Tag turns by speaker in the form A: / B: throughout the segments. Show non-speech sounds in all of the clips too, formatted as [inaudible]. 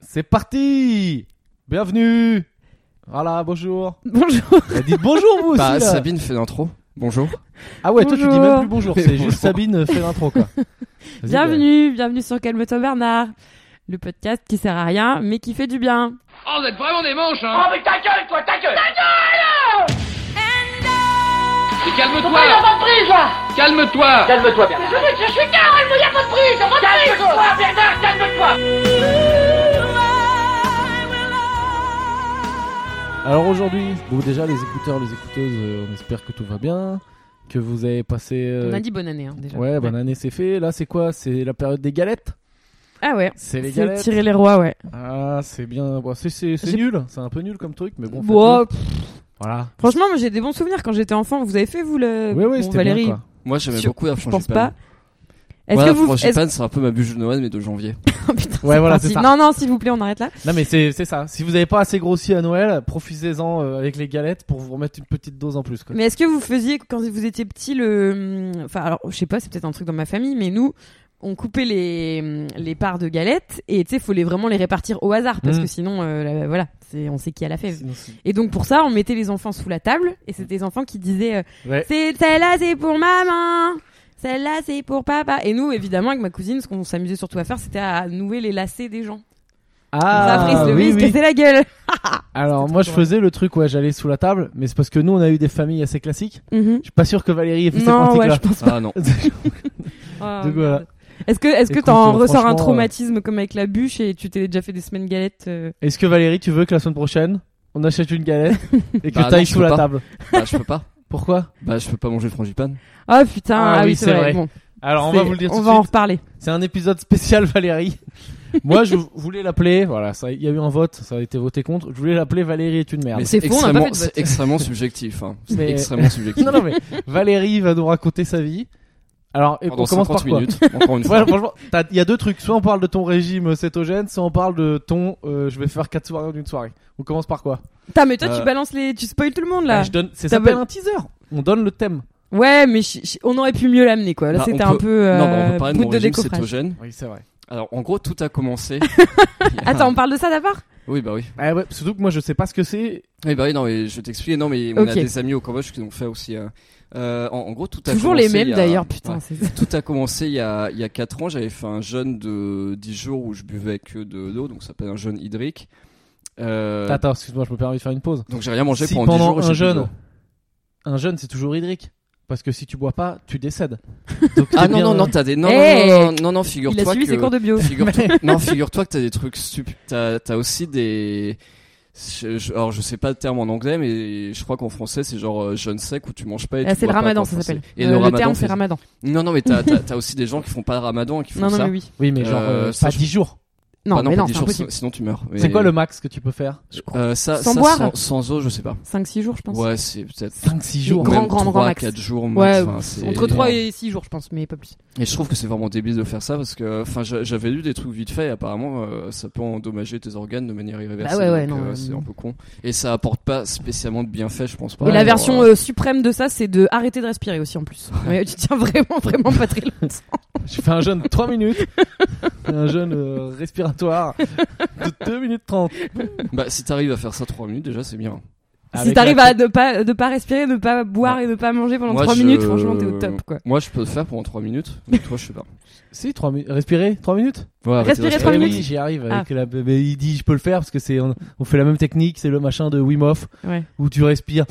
A: C'est parti Bienvenue Voilà, bonjour
B: Bonjour.
A: Eh, Dites bonjour [laughs] vous aussi
C: Bah,
A: là.
C: Sabine fait l'intro. Bonjour.
A: Ah ouais, toi tu dis
B: Bonjour.
A: même plus bonjour, c'est
C: Bonjour.
A: juste Sabine euh, fait l'intro quoi. Vas-y, bah.
B: Bienvenue, bienvenue sur Calme-toi Bernard, le podcast qui sert à rien mais qui fait du bien.
D: Oh, vous êtes vraiment des manches, hein Oh, mais ta gueule, toi, ta gueule Ta gueule Calme-toi
E: Il n'y a pas de prise là
D: Calme-toi
E: Calme-toi Bernard Je suis calme, il n'y a pas de prise, il n'y a pas de prise Calme-toi Bernard, calme-toi
A: bah. Alors aujourd'hui, bon déjà les écouteurs, les écouteuses, euh, on espère que tout va bien, que vous avez passé... euh,
B: On a dit bonne année hein, déjà.
A: Ouais, bonne année, c'est fait. Là, c'est quoi C'est la période des galettes
B: Ah ouais.
A: C'est les
B: C'est
A: galettes
B: tirer les rois, ouais.
A: Ah, c'est bien. Bon, c'est- c'est c'est
B: J'ai-
A: nul, c'est un peu nul comme truc, mais bon.
B: Bon,
A: faites-le. Voilà.
B: franchement, moi j'ai des bons souvenirs quand j'étais enfant. Vous avez fait vous le
A: Ouais, ouais,
B: Euh, Bon,
A: c'était
B: Valérie
A: bien, quoi.
C: Moi, j'aimais
B: Je-
C: beaucoup la
B: Je pense pas. Est-ce
C: Voilà,
B: que vous
C: Franche
B: est-ce-
C: Pan, c'est un peu ma bûche de Noël, mais de janvier.
B: Oh, [laughs] putain,
A: Ouais, voilà,
B: parti.
A: c'est ça.
B: Non non, s'il vous plaît, on arrête là.
A: Non, mais c'est c'est ça. Si vous n'avez pas assez grossi à Noël, profitez-en euh, avec les galettes pour vous remettre une petite dose en plus. Quoi.
B: Mais est-ce que vous faisiez quand vous étiez petit le enfin alors je sais pas, c'est peut-être un truc dans ma famille mais nous on coupait les, les parts de galettes et tu sais faut les vraiment les répartir au hasard parce
A: Mm.
B: que sinon euh, là, voilà, c'est on sait qui a la fève.
A: Sinon, c'est-
B: Et donc pour ça, on mettait les enfants sous la table et c'était les enfants qui disaient euh,
A: Ouais.
B: c'est celle-là c'est pour maman, celle-là c'est pour papa. Et nous évidemment avec ma cousine, ce qu'on s'amusait surtout à faire, c'était à nouer les lacets des gens. ça a pris le
A: Ah, oui,
B: risque,
A: oui.
B: c'est la gueule.
A: Alors
B: C'était
A: moi je
B: trop drôle.
A: faisais le truc ouais j'allais sous la table mais c'est parce que nous on a eu des familles assez classiques. Je suis pas sûr que Valérie ait fait
B: Mhm. Non,
A: ces
B: ouais,
A: pratiques là.
B: je pense
C: Ah non.
B: pas.
A: Donc voilà.
B: Oh, Est-ce que est-ce que
A: Écoute,
B: t'en
A: euh,
B: ressors
A: franchement,
B: un
A: euh,
B: traumatisme comme avec la bûche et tu t'es déjà fait des semaines galettes euh,
A: [laughs] Est-ce que Valérie tu veux que la semaine prochaine on achète une galette et que
C: Bah non,
A: t'ailles
C: je
A: sous
C: peux
A: la
C: pas.
A: table
C: bah, je peux pas.
A: Pourquoi
C: Bah, je peux pas manger frangipane.
B: Oh putain,
A: Ah
B: ah,
A: oui,
B: oui, c'est
A: c'est
B: vrai.
A: vrai.
B: Bon,
A: Alors on
B: c'est-
A: va vous le dire
B: on
A: tout de
B: va en
A: suite.
B: reparler.
A: C'est un épisode spécial
B: [laughs]
A: Valérie. Moi je voulais l'appeler voilà ça il y a eu un vote ça a été voté contre je voulais l'appeler Valérie est une merde.
C: Mais
B: Ah, C'est faux, on n'a pas
C: extrêmement-
B: fait de vote.
C: C'est extrêmement subjectif. hein. C'est
A: Mais-
B: [laughs]
C: extrêmement
A: [laughs]
C: subjectif.
A: non non mais Valérie va nous raconter sa vie. Alors et
C: Pendant
A: on commence
C: 50
A: par quoi
C: minutes,
B: [laughs]
C: encore
A: [laughs]
C: une
A: Ouais,
C: fois.
A: franchement, t'as- il y a deux trucs. Soit on parle de ton régime cétogène, soit on parle de ton euh, je vais faire quatre soirées en une soirée. On commence par quoi Ah,
B: Putain, mais toi
C: Euh,
B: tu balances les tu spoil tout le monde là.
A: bah, Je donne, c'est ça
B: Ça
A: s'appelle
B: va-
A: un teaser. On donne le thème.
B: Ouais, mais je- je- on aurait pu mieux l'amener quoi. Là
C: Bah, on
B: c'était un
C: peut-
B: peu euh,
C: non, bah, on peut parler de
B: bout
C: mon régime
B: décoffrage.
C: cétogène.
A: Oui, c'est vrai.
C: Alors, en gros, tout a commencé.
B: [laughs] Attends, on parle de ça d'abord
C: Oui, bah oui.
A: Ah surtout que moi je sais pas ce que c'est.
C: Oui, bah oui, non, mais je t'explique. Non, mais on
B: Ok.
C: a des amis au Cambodge qui ont fait aussi. euh, euh, en, en gros, tout a
B: Toujours
C: commencé
B: les
C: il y
B: mêmes
C: a-
B: d'ailleurs, putain.
C: Ouais.
B: c'est-
C: Tout a commencé il y a, il y a 4 ans. J'avais fait un jeûne de 10 jours où je buvais que de l'eau, donc ça s'appelle un jeûne hydrique. Euh,
A: Attends, excuse-moi, je me permets de faire une pause.
C: donc j'ai rien mangé
A: si
C: pendant 10
A: pendant
C: jours. et j'ai
A: un
C: bu de
A: jeûne,
C: l'eau.
A: un jeûne c'est toujours hydrique. Parce que si tu bois pas, tu
C: [laughs]
A: décèdes. Donc, t'es
C: Ah non,
A: bien-
C: non, non, t'as des. Non,
B: Eh
C: non, non, non, non, non, figure-toi.
B: Il a suivi
C: que...
B: ses cours de bio. Ah, [laughs]
C: Figure-toi non, figure-toi que t'as des trucs stupides. T'as t'as aussi des. je- je- alors, je sais pas le terme en anglais, mais je crois qu'en français, c'est genre euh, jeûne sec où tu manges pas et
B: Ah,
C: tu
B: c'est le
C: bois pas,
B: ramadan,
C: quoi, en
B: ça
C: français.
B: s'appelle.
C: Et
B: Euh,
C: le, ramadan.
B: terme,
C: c'est-
B: c'est ramadan.
C: Non, non,
B: [laughs]
C: mais t'as- t'as t'as aussi des gens qui font pas le ramadan et qui font
B: Non, non,
C: ça.
B: mais oui.
A: [laughs] Oui, mais genre
C: Euh,
A: euh, pas
C: ça, je-
A: 10 jours.
B: Non,
C: Bah
B: mais
C: pas
B: non,
C: dix
B: c'est
C: jours,
B: impossible.
C: sinon tu meurs.
A: C'est
C: Mais-
A: quoi le max que tu peux faire
C: Euh, ça,
B: Sans
C: ça,
B: boire
C: sans, sans eau, je sais pas.
B: 5-6 jours, je pense.
C: Ouais, c'est peut-être
A: 5-6
B: jours.
A: jours.
B: Grand,
C: même
B: grand, grand
C: trois,
B: max.
C: quatre jours
B: Ouais,
C: max. Enfin, c'est-
B: Entre 3 et 6 jours, je pense, mais pas plus.
C: Et je trouve que c'est vraiment débile de faire ça parce que, enfin, j'a- j'avais lu des trucs vite fait. Et apparemment, euh, ça peut endommager tes organes de manière irréversible.
B: Bah ouais, ouais,
C: donc,
B: non,
C: euh,
B: euh,
C: c'est un peu con. Et ça apporte pas spécialement de bienfaits, je pense pas.
B: et la
C: Alors,
B: version
C: euh,
B: euh, suprême de ça, c'est de arrêter de respirer aussi en plus. Ouais, tu tiens vraiment, vraiment pas très
C: [laughs]
B: longtemps.
A: Je fais un jeûne de 3 minutes, un jeûne euh, respiratoire de 2 minutes 30.
B: euh,
C: bah, si t'arrives à faire ça 3 minutes, déjà, c'est bien.
A: Avec
B: si t'arrives
A: la-
B: à ne pas, de pas respirer, ne pas boire et ne pas manger pendant
C: Moi,
B: 3
C: je-
B: minutes, franchement, t'es au top quoi.
C: Moi, je peux le faire pendant 3 minutes, mais toi, je sais pas.
A: Si, 3 minutes. Respirer 3 minutes
C: Ouais, arrêtez de
B: Respirer
C: respirer.
B: trois
A: Eh
B: minutes. Ah.
A: Oui, j'y arrive. Avec la... mais il dit, je peux le faire parce que c'est on... on fait la même technique, c'est le machin de Wim Hof
B: Ouais.
A: où tu respires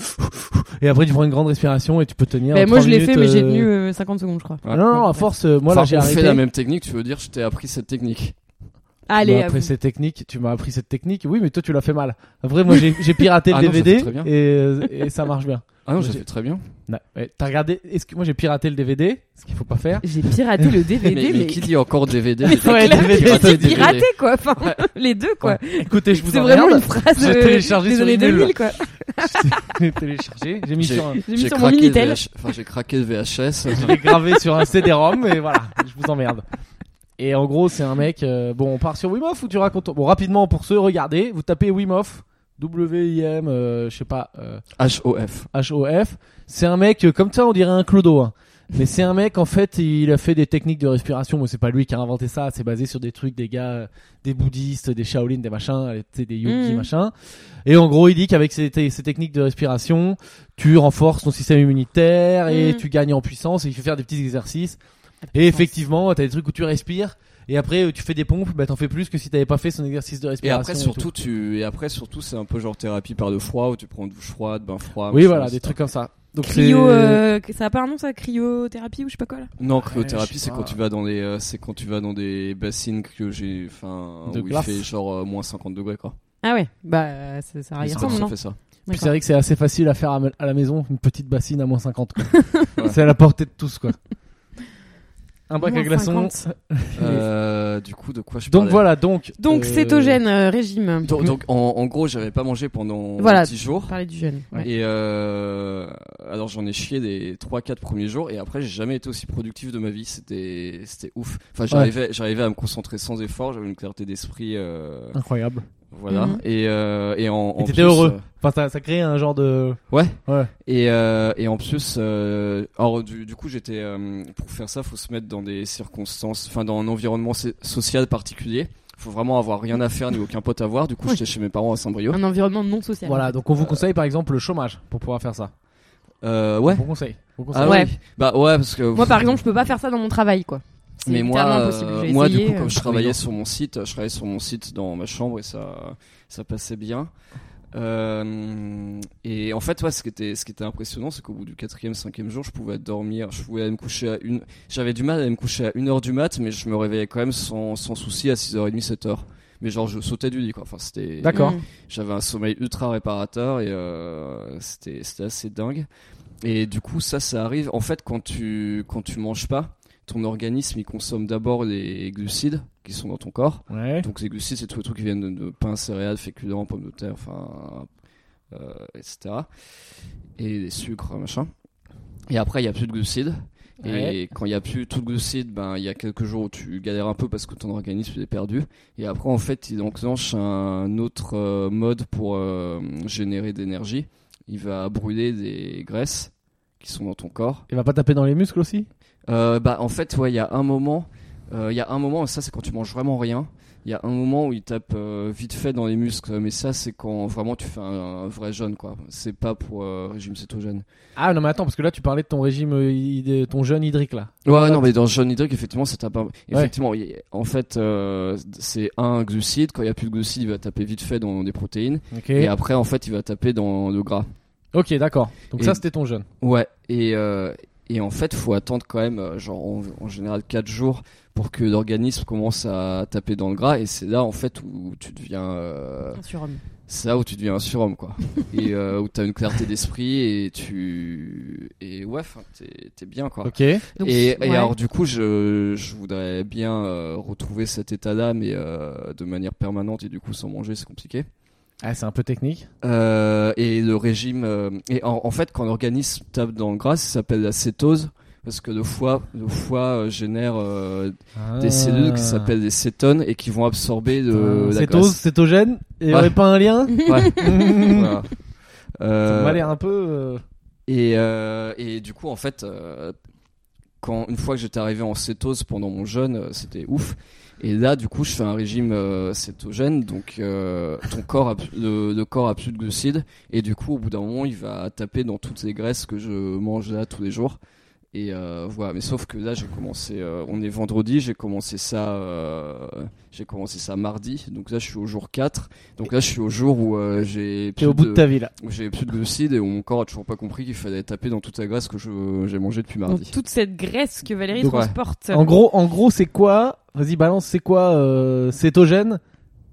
A: et après tu prends une grande respiration et tu peux tenir.
B: Bah, moi,
A: trois
B: je l'ai fait,
A: minutes,
B: mais j'ai
A: euh,
B: tenu euh, 50 secondes, je crois.
C: Bah,
A: Ah Non, non, à force, euh, moi
C: Enfin,
A: là j'ai
C: on
A: arrêté.
C: fait la même technique, tu veux dire, je t'ai appris cette technique.
B: Allez,
A: Bah,
B: à
A: après
B: vous.
A: cette technique, tu m'as appris cette technique. Oui, mais toi tu l'as fait mal. Après, moi j'ai j'ai piraté
C: Ah
A: le
C: non, ça fait
A: DVD
C: très bien.
A: et, et ça marche bien.
C: Ah non,
A: Moi,
C: j'ai
A: j'ai-
C: fait très bien.
A: Non, ouais, T'as regardé Est-ce que moi j'ai piraté le DVD Ce qu'il faut pas faire.
B: j'ai piraté le DVD,
C: Mais,
B: [laughs]
C: mais
B: mais-
C: qui dit encore DVD
A: Ouais,
C: déjà, qui dit
A: DVD,
C: pirater
A: c'est
C: DVD?
B: piraté quoi, enfin, [laughs] les deux quoi.
A: Écoutez, je vous
B: C'est
A: en
B: vraiment une
A: regarde.
B: phrase
A: J'ai
B: de-
A: téléchargé
B: des
A: sur
B: années
A: Ulule.
B: 2000 quoi.
A: [laughs] J'ai téléchargé, j'ai mis
C: J'ai-
A: sur un-
B: J'ai mis
C: J'ai
B: sur mon
C: craqué, le
B: Minitel.
C: VH... enfin, j'ai craqué le
A: [laughs]
C: VHS.
A: je l'ai gravé sur un CD-ROM et voilà, je vous emmerde. Et en gros, c'est un mec. euh, bon, on part sur Wim Hof ou tu racontes Bon, rapidement pour ceux, regardez, vous tapez Wim Hof, W-I-M, euh, je sais pas, euh,
C: HOF.
A: H-O-F. C'est un mec euh, comme ça, on dirait un clodo. hein. Mais c'est un mec, en fait, il a fait des techniques de respiration. Mais c'est pas lui qui a inventé ça. C'est basé sur des trucs, des gars, euh, des bouddhistes, des shaolins, des machins, euh, tu sais, des yogis,
B: Mhm.
A: machin. Et en gros, il dit qu'avec ces, te- ces techniques de respiration, tu renforces ton système immunitaire et
B: Mhm.
A: tu gagnes en puissance. Et il fait faire des petits exercices. Et effectivement, t'as des trucs où tu respires. Et après, euh, tu fais des pompes, bah t'en fais plus que si t'avais pas fait son exercice de
C: Et
A: respiration.
C: après surtout tu et après surtout c'est un peu genre thérapie par le froid où tu prends une douche froide, bain froid.
A: tout. Oui,
C: machin,
A: voilà,
C: etc.
A: des trucs comme ça. Donc
B: Cryo,
A: c'est-
B: euh, ça a pas un nom ça, cryothérapie ou je sais pas quoi là.
C: Non,
A: Ouais, je
C: cryothérapie
A: sais
C: c'est quand
A: pas.
C: tu vas dans les euh, c'est quand tu vas dans des bassines que j'ai enfin
A: De
C: où
A: glace.
C: il fait genre euh, moins 50 degrés quoi.
B: Ah ouais, bah euh, ça,
A: Ah,
B: ça
C: Les
B: y ressemble,
C: sportifs, ça
B: non
C: fait ça.
A: Puis c'est vrai que c'est assez facile à faire à me- à la maison, une petite bassine à moins 50.
B: [laughs]
A: quoi.
C: Ouais.
A: C'est à la portée de tous, quoi. Un bac à
B: Moins
A: glaçons.
B: 50.
C: Euh, du coup de quoi je
A: Donc
C: parlais
A: voilà, donc.
B: Donc
A: euh,
B: cétogène, euh, régime.
C: Donc, donc, en, en gros, j'avais pas mangé pendant
B: Voilà.
C: 10 jours.
B: Parler du jeûne. ouais.
C: Et euh, alors j'en ai chié des 3-4 premiers jours et après j'ai jamais été aussi productif de ma vie, c'était c'était ouf. Enfin j'arrivais j'arrivais à me concentrer sans effort, j'avais une clarté d'esprit, euh,
A: Incroyable.
C: voilà.
B: Mhm.
C: Et euh, et en, en
A: Et t'étais
C: plus,
A: heureux.
C: euh,
A: Enfin, ça, ça crée un genre de.
C: Ouais.
A: Ouais.
C: Et, euh, et en plus, euh, alors du, du coup, j'étais euh, pour faire ça, faut se mettre dans des circonstances, enfin dans un environnement so- social particulier. Faut vraiment avoir rien à faire ni aucun pote à voir. Du coup,
B: Oui.
C: j'étais chez mes parents à Saint-Brieuc.
B: Un environnement non social.
A: Voilà, donc on vous conseille par exemple le chômage pour pouvoir faire ça.
C: Euh, ouais.
A: Bon conseil. Bon conseil.
C: Ah
B: Ouais.
C: oui. Bah ouais, parce que
B: Moi par exemple, je peux pas faire ça dans mon travail quoi. C'est
C: mais moi,
B: littéralement
C: euh,
B: impossible. J'ai
C: moi
B: essayé,
C: du coup,
B: euh,
C: comme je travaillais sur mon site, je travaillais sur mon site dans ma chambre et ça, ça passait bien. Euh, et en fait, ouais, ce qui était, ce qui était impressionnant, c'est qu'au bout du quatrième, cinquième jour, je pouvais dormir, je pouvais me coucher à une, j'avais du mal à me coucher à une heure du mat, mais je me réveillais quand même sans, sans souci à 6h30, 7h. Mais genre, je sautais du lit, quoi. Enfin, c'était,
A: D'accord.
B: Mm.
C: j'avais un sommeil ultra réparateur et euh, c'était c'était assez dingue. Et du coup, ça, ça arrive. En fait, quand tu, quand tu manges pas, ton organisme, il consomme d'abord les glucides qui sont dans ton corps.
A: Ouais.
C: Donc, les glucides, c'est tous les trucs qui viennent de, de pain, céréales, féculents, pommes de terre, enfin, euh, etc. Et les sucres, machin. Et après, il n'y a plus de glucides. Et
A: Ouais.
C: quand il n'y a plus tout de glucides, ben, il y a quelques jours où tu galères un peu parce que ton organisme il est perdu. Et après, en fait, il enclenche un autre euh, mode pour euh, générer d'énergie. Il va brûler des graisses qui sont dans ton corps.
A: Il va pas taper dans les muscles aussi
C: Euh, bah, en fait, ouais, il y a un moment, euh, il y a un moment, ça c'est quand tu manges vraiment rien. Il y a un moment où il tape euh, vite fait dans les muscles, mais ça c'est quand vraiment tu fais un, un vrai jeûne, quoi. C'est pas pour euh, régime cétogène.
A: Ah non, mais attends, parce que là tu parlais de ton régime, euh, hyd- ton jeûne hydrique là.
C: Ouais, non, mais dans Johnny Drake, effectivement, ça tape un... Effectivement, il- en fait, euh, c'est un glucide. Quand il n'y a plus de glucides, il va taper vite fait dans des protéines.
A: Ok.
C: Et, après, en fait, il va taper dans le gras.
A: Ok, d'accord. Donc
C: Et-
A: ça c'était ton jeûne.
C: Ouais. Et, euh, et en fait, faut attendre quand même, euh, genre, en, en général, 4 jours pour que l'organisme commence à taper dans le gras. Et c'est là, en fait, où tu deviens... euh,
B: Un surhomme.
C: c'est là où tu deviens un surhomme, quoi. et euh, où t'as une clarté d'esprit et tu... Et ouais, enfin, t'es t'es bien, quoi.
A: Ok.
B: Donc,
C: et, et
B: ouais.
C: alors du coup, je, je voudrais bien euh, retrouver cet état-là, mais euh, de manière permanente et du coup sans manger, c'est compliqué.
A: Ah, c'est un peu technique.
C: Euh, et le régime, euh, et en, en fait, quand l'organisme tape dans le gras, ça s'appelle la cétose, parce que le foie, le foie euh, génère euh,
A: Ah.
C: des cellules qui s'appellent des cétones et qui vont absorber de la
A: Cétose,
C: graisse.
A: cétogène. Et
C: Ouais.
A: aurait pas un
B: [laughs]
A: lien [laughs]
C: Ouais.
A: Mmh.
C: Voilà. Euh,
A: Ça m'a l'air un peu. euh,
C: Et, euh, et du coup, en fait, euh, quand, une fois que j'étais arrivé en cétose pendant mon jeûne, euh, c'était ouf. Et là, du coup, je fais un régime euh, cétogène, donc euh, ton corps a plus- le, le corps a plus de glucides, et du coup, au bout d'un moment, il va taper dans toutes les graisses que je mange là tous les jours. Et euh, voilà, mais sauf que là, j'ai commencé. euh, on est vendredi, j'ai commencé ça. euh, j'ai commencé ça mardi, donc là, je suis au jour 4. Donc là, je suis au jour où euh, j'ai.
A: T'es au
C: plus
A: bout de ta vie là.
C: où J'avais plus de glucides et où mon corps a toujours pas compris qu'il fallait taper dans toute la graisse que je- j'ai mangée depuis
B: Donc
C: mardi.
B: toute cette graisse que Valérie
C: Donc, ouais.
B: transporte.
A: En gros, en gros, c'est quoi Vas-y, balance. C'est quoi euh, cétogène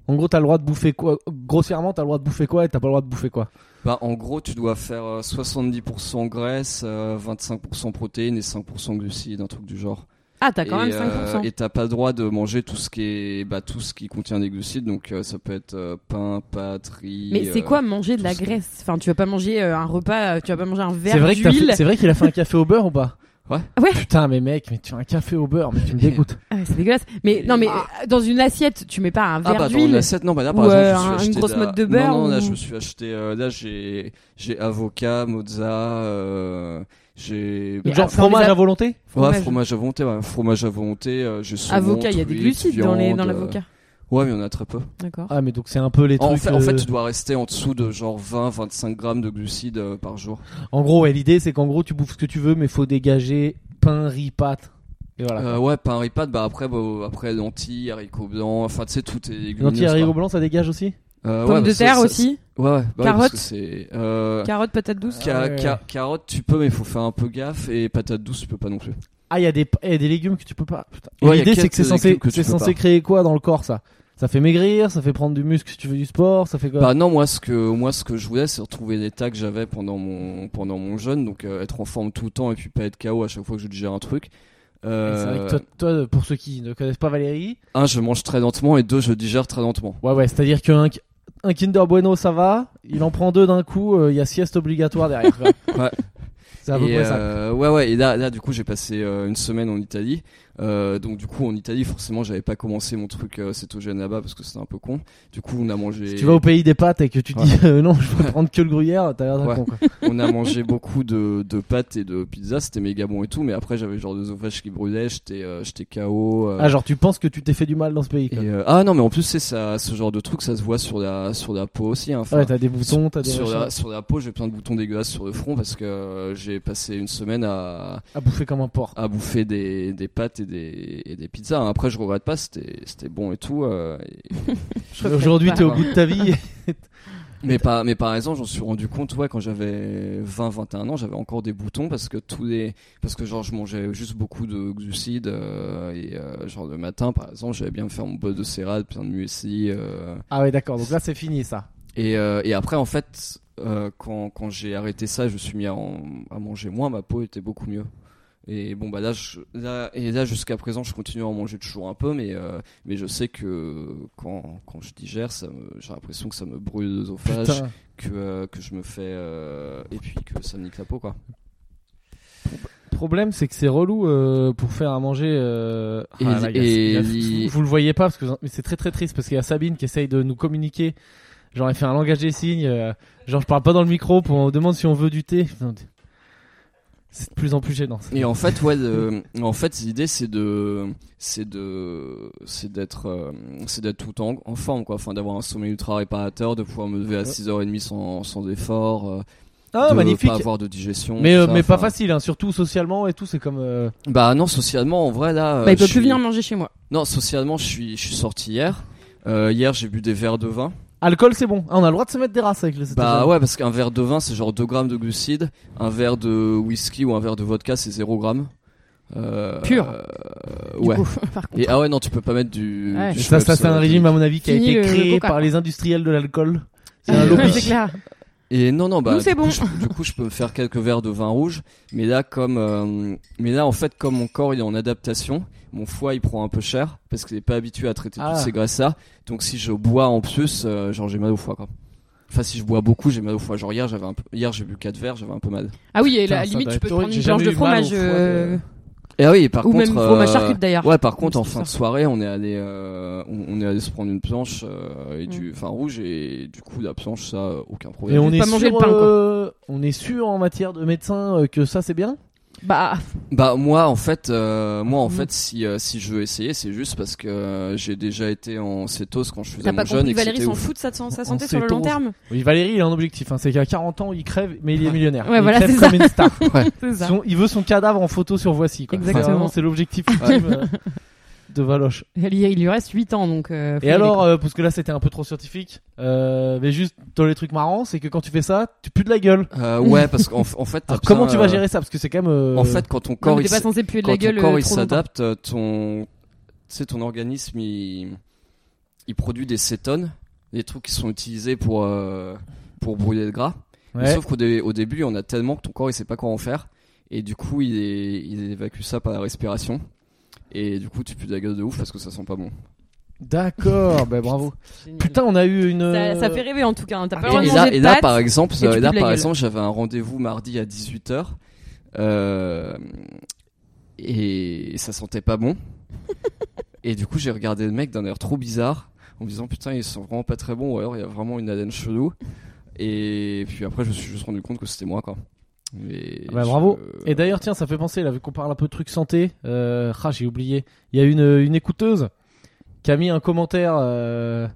A: En gros, t'as le droit de bouffer quoi Grossièrement, t'as le droit de bouffer quoi et t'as pas le droit de bouffer quoi
C: Bah, en gros, tu dois faire euh, 70% graisse, euh, 25% protéines et 5% glucides, un truc du genre.
B: Ah, t'as quand
C: et,
B: même
C: euh,
B: 5%.
C: et t'as pas le droit de manger tout ce qui est, bah, tout ce qui contient des glucides. Donc, euh, ça peut être euh, pain, pâte, riz.
B: Mais c'est
C: euh,
B: quoi manger de
C: tout
B: la
C: ça.
B: graisse Enfin, tu vas pas manger euh, un repas, euh, tu vas pas manger un
A: C'est
B: verre
A: vrai que t'as
B: d'huile.
A: fait- c'est vrai qu'il a fait un café au beurre ou pas
C: Ouais.
B: Ouais.
A: Putain, mais mec, mais tu as un café au beurre, mais tu me dégoûtes.
B: Ah ouais, c'est dégueulasse. Mais non, mais euh, dans une assiette, tu mets pas un
C: Ah
B: verre
C: bah dans
B: d'huile.
C: l'assiette non bah là par
B: Ou,
C: exemple
B: euh,
C: je me
B: un-
C: suis
B: une
C: acheté
B: grosse
C: la-
B: motte de beurre
C: non non là
B: ou-
C: je me suis acheté euh, là j'ai j'ai avocat mozza euh, J'ai
B: Mais
A: Genre
B: enfin, les
A: fromage
B: a-
A: à volonté
C: Ouais, fromage à volonté, ouais. fromage à volonté, euh, j'ai saumon,
B: Avocat, il y a des
C: truite,
B: glucides dans les- dans
C: viande,
B: l'avocat.
C: euh, Ouais, mais il y en a très peu.
B: D'accord.
A: Ah, mais donc c'est un peu les trucs.
C: En fait, en
A: euh,
C: fait, tu dois rester en dessous de genre 20-25 grammes de glucides euh, par jour.
A: en gros, ouais, l'idée c'est qu'en gros, tu bouffes ce que tu veux, mais faut dégager pain, riz, pâtes. Et voilà.
C: Euh, ouais, pain riz pâtes, bah après, bah, après lentilles, haricots blancs, enfin tu sais, tout est légumineux.
A: Lentilles haricots blancs, ça dégage aussi
C: euh,
B: Pommes
C: ouais,
B: de
C: bah, ça-
B: terre
C: ça-
B: aussi.
C: Ouais, ouais, bah, ouais, parce
B: Carottes.
C: que c'est. Euh,
B: Carottes, patates douces.
C: ca-
A: Ah ouais.
C: ca- carottes, tu peux, mais il faut faire un peu gaffe. Et patates douces, tu peux pas non plus.
A: Ah, il y a des, eh, des légumes que tu peux pas. Putain. Et
C: Ouais, y a
A: L'idée, c'est
C: quelques
A: que c'est censé,
C: légumes que tu
A: c'est
C: peux
A: censé
C: pas.
A: créer quoi dans le corps, ça Ça fait maigrir, ça fait prendre du muscle si tu fais du sport, ça fait quoi
C: Bah non, moi ce que moi ce que je voulais, c'est retrouver les tas que j'avais pendant mon pendant mon jeûne, donc euh, être en forme tout le temps et puis pas être KO à chaque fois que je digère un truc.
A: Et c'est vrai
C: Euh,
A: que toi, toi, pour ceux qui ne connaissent pas Valérie,
C: un, je mange très lentement et deux, je digère très lentement.
A: ouais, ouais, c'est-à-dire qu'un un Kinder Bueno, ça va, il en prend deux d'un coup, euh, il y a sieste obligatoire derrière. quoi.
C: [laughs] Ouais.
A: C'est à peu
C: Et,
A: près ça.
C: euh, ouais ouais. Et là là du coup j'ai passé euh, une semaine en Italie. Euh, donc du coup en Italie forcément j'avais pas commencé mon truc euh, cétogène là-bas parce que c'était un peu con. Du coup on a mangé.
A: Si tu vas au pays des pâtes et que tu te dis euh, non, je
C: [laughs]
A: veux prendre que le gruyère, t'as l'air d'un
C: Ouais.
A: con. Quoi.
C: [laughs] on a mangé beaucoup de, de pâtes et de pizzas, c'était méga bon et tout, mais après j'avais genre des ovaches qui brûlaient, j'étais euh, j'étais KO. euh,
A: Ah, genre, tu penses que tu t'es fait du mal dans ce pays.
C: Et,
A: Quoi.
C: euh, ah non, mais en plus, c'est ça, ce genre de truc, ça se voit sur la, sur la peau aussi. Hein. Enfin,
A: ouais, t'as des boutons, t'as des.
C: sur,
A: machins.
C: la, sur la peau, j'ai plein de boutons dégueulasses sur le front parce que euh, j'ai passé une semaine à,
A: À bouffer comme un porc.
C: à bouffer des, des pâtes et des, et des pizzas. hein. Après, je regrette pas, c'était c'était bon et tout. euh, et-
B: Je regrette
A: Aujourd'hui,
B: pas.
A: t'es au bout de ta vie. [laughs]
C: mais, par, mais par exemple, j'en suis rendu compte, ouais, quand j'avais 20-21 ans, j'avais encore des boutons parce que tous les. Parce que genre, je mangeais juste beaucoup de glucides euh, et euh, genre le matin, par exemple, j'avais bien me faire mon bol de céréales, plein de muesli. Euh,
A: ah, ouais, d'accord, donc là, c'est fini ça.
C: Et, euh, et après, en fait, euh, quand, quand j'ai arrêté ça, je me suis mis à, en- à manger moins, ma peau était beaucoup mieux. Et bon, bah là, je- là, et là jusqu'à présent, je continue à en manger toujours un peu, mais, euh, mais je sais que quand, quand je digère, ça me- j'ai l'impression que ça me brûle l'œsophage,
A: Putain.
C: que, euh, que je me fais. euh, et puis que ça me nique la peau, quoi.
A: problème, c'est que c'est relou euh, pour faire à manger. euh,
C: Et-
A: ah, la gaffe,
C: et-
A: la gaffe.
C: et-
A: Vous- vous le voyez pas parce que mais c'est très très triste parce qu'il y a Sabine qui essaye de nous communiquer. Genre elle fait un langage des signes. euh, genre je parle pas dans le micro. Pour, on demande si on veut du thé. Putain, C'est de plus en plus gênant. ça.
C: Et en fait, ouais, de- en fait, l'idée c'est de, c'est de, c'est d'être, euh, c'est d'être tout le temps en forme, quoi. Enfin, d'avoir un sommeil ultra réparateur, de pouvoir me lever à
A: Ouais.
C: 6h30 sans, sans effort, euh,
A: Ah
C: de
A: magnifique.
C: pas avoir de digestion.
A: Mais
C: tout
A: euh,
C: ça,
A: mais pas
C: enfin.
A: facile. hein, surtout socialement et tout. C'est comme. euh,
C: Bah non, socialement, en vrai là.
B: Bah,
C: euh,
B: il peut plus
C: je suis-
B: venir manger chez moi.
C: Non, socialement, je suis, je suis sorti hier. Euh, hier, j'ai bu des verres de vin.
A: Alcool c'est bon. Ah, on a le droit de se mettre des races avec le.
C: Bah ouais, parce qu'un verre de vin, c'est genre 2 grammes de glucides. Un verre de whisky ou un verre de vodka, c'est 0 grammes. Euh,
B: Pur.
C: euh,
B: Du
C: ouais.
B: coup, par contre.
C: Et ah ouais, non, tu peux pas mettre du.
B: Ouais.
C: du
A: Et Ça, ça,
C: Schweppes,
A: c'est un
C: euh,
A: régime à mon avis qui a
B: Fini
A: été
B: le- le
A: créé
B: coca,
A: par
B: quoi.
A: les industriels de [laughs] l'alcool. C'est un
C: Ah,
A: lobby.
B: c'est clair.
C: Et non, non, bah.
B: Nous, c'est
C: du coup,
B: bon.
C: je- du coup, je peux me faire quelques verres de vin rouge. Mais là, comme, euh, mais là, en fait, comme mon corps, il est en adaptation, mon foie, il prend un peu cher parce qu'il est pas habitué à traiter
A: Ah.
C: toutes ces graisses-là. Donc, si je bois en plus, euh, genre, j'ai mal au foie, quoi. Enfin, si je bois beaucoup, j'ai mal au foie. Genre, hier, j'avais un peu, hier, j'ai bu quatre verres, j'avais un peu mal.
B: Ah oui, et
A: Putain,
B: à la
A: ça
B: limite,
A: doit
B: tu peux
A: être
B: te prendre
A: horrible.
B: une
A: J'ai
B: planche
A: jamais
B: de
A: eu mal au
B: fromage.
A: foie de-
B: euh,
C: Et ah oui, par
B: Ou
C: contre.
B: même fromage
C: euh,
B: charcute d'ailleurs.
C: Ouais, par contre, en
B: C'est
C: fin de
B: ça.
C: soirée, on est allé, euh, on on est allé se prendre une planche euh,
B: Mm.
C: et du vin rouge et du coup, la planche, ça, euh, aucun
A: Et
C: problème.
A: on
B: Juste
A: est,
B: pas manger
A: sûr,
B: le pain, quoi.
A: euh, on est sûr en matière de médecin euh, que ça c'est bien
B: Bah,
C: Bah moi en fait, euh, moi en
B: Mhm.
C: fait, si euh, si je veux essayer, c'est juste parce que euh, j'ai déjà été en cétose quand je faisais
B: t'as
C: mon
B: pas
C: jeune
B: compris
C: et
B: que
C: que
B: Valérie
C: c'était
B: s'en
C: ouf.
B: fout de sa de sa
A: On
B: santé sur le
A: sait
B: long
A: tous.
B: terme.
A: Oui, Valérie, il est en objectif. hein. C'est qu'à 40 ans, il crève, mais il est millionnaire.
B: Ouais,
A: il
B: voilà,
A: crève
B: c'est
A: comme une star.
B: [laughs] C'est ça.
A: Son- il veut son cadavre en photo sur Voici. Quoi.
B: Exactement.
A: Enfin, vraiment, c'est l'objectif ultime euh, de Valoche.
B: Il y- il lui reste 8 ans donc. euh, faut y
A: Et
B: aller,
A: alors,
B: quoi.
A: euh, parce que là, c'était un peu trop scientifique, euh, mais juste dans les trucs marrants, c'est que quand tu fais ça, tu pues de la gueule.
C: Euh, ouais parce qu'en
B: [laughs]
C: en fait, t'as
A: Alors, comment
C: besoin,
A: tu vas
C: euh,
A: gérer ça Parce que c'est quand même. euh,
C: En fait, quand ton
B: Non,
C: corps
B: mais
C: il
B: t'es pas
C: s-
B: censé puer de la
C: quand ton
B: gueule.
C: corps
B: euh,
C: il
B: trop longtemps.
C: s'adapte, euh, ton tu sais ton organisme il il produit des cétones, des trucs qui sont utilisés pour euh, pour brûler le gras. Mais
A: ouais.
C: Sauf qu'au dé- au début, on a tellement que ton corps il sait pas quoi en faire et du coup, il est- il évacue ça par la respiration. Et du coup, tu pues de la gueule de ouf parce que ça sent pas bon.
A: D'accord, bah,
B: [laughs]
A: bravo.
B: Génial.
A: Putain, on a eu une.
B: Ça, ça fait rêver en tout cas. hein. T'as pas
C: Et,
B: le droit de
C: Euh, Ah, et là,
B: manger
C: et
B: de
C: là,
B: pâtes.
C: par exemple,
B: et tu
C: euh,
B: pues
C: là,
B: de la
C: par
B: gueule.
C: exemple, j'avais un rendez-vous mardi à 18h. Euh, et ça sentait
B: [laughs]
C: pas bon. et du coup, j'ai regardé le mec d'un air trop bizarre en me disant putain, ils sont vraiment pas très bons ou alors il y a vraiment une haleine chelou. Et puis après, je me suis juste rendu compte que c'était moi quoi. Et
A: Bah,
C: je-
A: bravo. Et d'ailleurs, tiens, ça fait penser, là, vu qu'on parle un peu de trucs santé, euh, ah, j'ai oublié, il y a une, une écouteuse qui a mis un commentaire euh,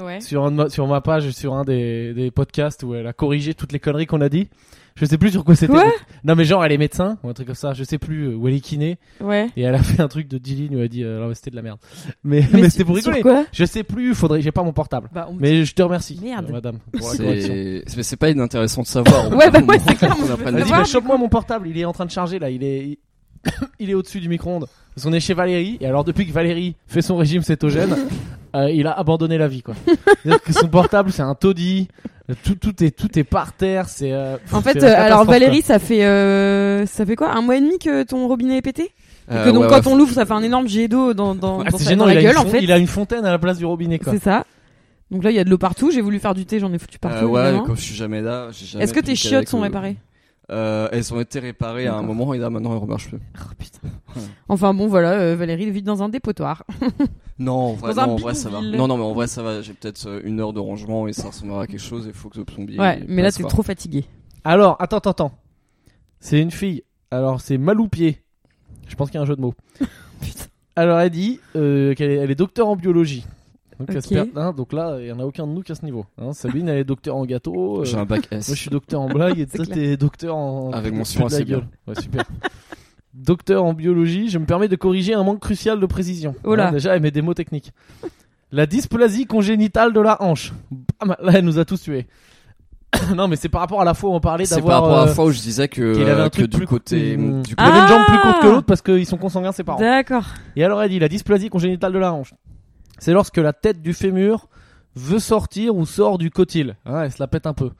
B: Ouais.
A: sur, un de ma, sur ma page, sur un des, des podcasts où elle a corrigé toutes les conneries qu'on a dit. Je sais plus sur quoi c'était.
B: Quoi
A: non, mais genre, elle est médecin ou un truc comme ça, je sais plus, euh, ou elle est kiné,
B: Ouais.
A: et elle a fait un truc de 10 lignes où elle a dit, euh, non, mais c'était de la merde. Mais,
B: Mais
A: mais
B: sur-
A: c'était pour
B: sur
A: rigoler.
B: quoi
A: Je sais plus, faudrait, j'ai pas mon portable.
B: Bah, on me
A: Mais je te remercie,
B: Merde.
A: euh, madame, pour la correction.
C: C'est mais c'est pas inintéressant de savoir.
B: [laughs] Ouais, bah ouais,
C: On
B: c'est clair, moi, je veux
C: apprend à
A: Vas-y,
C: le
B: savoir.
A: bah,
C: dire.
A: chope-moi mon portable, il est en train de charger là, il est [coughs] il est au-dessus du micro-ondes. Parce qu'on est chez Valérie, et alors depuis que Valérie fait son régime cétogène, euh, il a abandonné la vie quoi. C'est-à-dire que son portable c'est un taudis, euh, tout, tout, est, tout est par terre, c'est. euh, pff,
B: En
A: c'est
B: fait,
A: la
B: euh, alors
A: catastrophe, quoi.
B: Valérie, ça fait euh, ça fait quoi un mois et demi que ton robinet est pété
C: Euh,
B: Que donc
C: ouais,
B: quand
C: ouais,
B: on l'ouvre, ça fait un énorme jet d'eau dans dans,
A: Ah,
B: dans
A: c'est
B: sa-
A: gênant,
B: dans la
A: il, a
B: gueule
A: une
B: en
A: fon-
B: fait.
A: il a une fontaine à la place du robinet quoi.
B: C'est ça. Donc là, il y a de l'eau partout. J'ai voulu faire du thé, j'en ai foutu
C: Euh,
B: partout.
C: ouais,
B: évidemment.
C: comme je suis jamais là. j'ai jamais
B: Est-ce que
C: pris
B: tes
C: le
B: chiottes
C: Kayak,
B: sont
C: euh, [laughs]
B: réparées
C: euh, Elles ont été réparées à un
B: D'accord.
C: moment et là maintenant elles remarchent plus.
B: Oh, putain. Enfin bon, voilà, euh, Valérie vit dans un dépotoir.
C: Non, en vrai,
B: Dans un
C: non, en vrai, ça va.
B: bidonville.
C: Non, non, mais en vrai ça va. J'ai peut-être euh, une heure de rangement et ça ressemblera à quelque chose. Il faut que le plombier.
B: ouais, mais là
C: passe,
B: t'es
C: quoi.
B: trop fatigué.
A: Alors, attends, attends, attends. C'est une fille, alors c'est Maloupier. Je pense qu'il y a un jeu de mots.
B: [laughs] Putain.
A: Alors elle dit euh, qu'elle est, elle est docteur en biologie. Donc, elle se
B: Ok.
A: perd- hein, donc là, il n'y en a aucun de nous qui a ce niveau. hein. Sabine, elle est docteur en gâteau. euh,
C: J'ai un bac S.
A: Moi, je [laughs] suis docteur en blague et
B: [laughs] C'est
A: toi,
B: clair.
A: t'es docteur en.
C: Avec
A: pute-
C: mon
A: pute
C: soin,
A: de la
C: c'est
A: gueule. Ouais, super. [laughs] docteur en biologie, je me permets de corriger un manque crucial de précision.
B: Oh là.
A: Hein, déjà, elle met des mots techniques. La dysplasie congénitale de la hanche. Bam, là, elle nous a tous tués. [coughs] non, mais c'est par rapport à la fois où on parlait
C: C'est par
A: d'avoir.
C: rapport à la
A: euh,
C: fois où je disais que,
A: qu'il avait un
C: euh, que
A: truc
C: du
A: plus-
C: côté.
A: Mm.
C: Du
A: il avait
B: Ah
A: une jambe plus courte que l'autre parce qu'ils sont consanguins ses parents.
B: D'accord.
A: Et alors elle dit la dysplasie congénitale de la hanche. C'est lorsque la tête du fémur veut sortir ou sort du cotyle. Hein, elle se la pète un peu.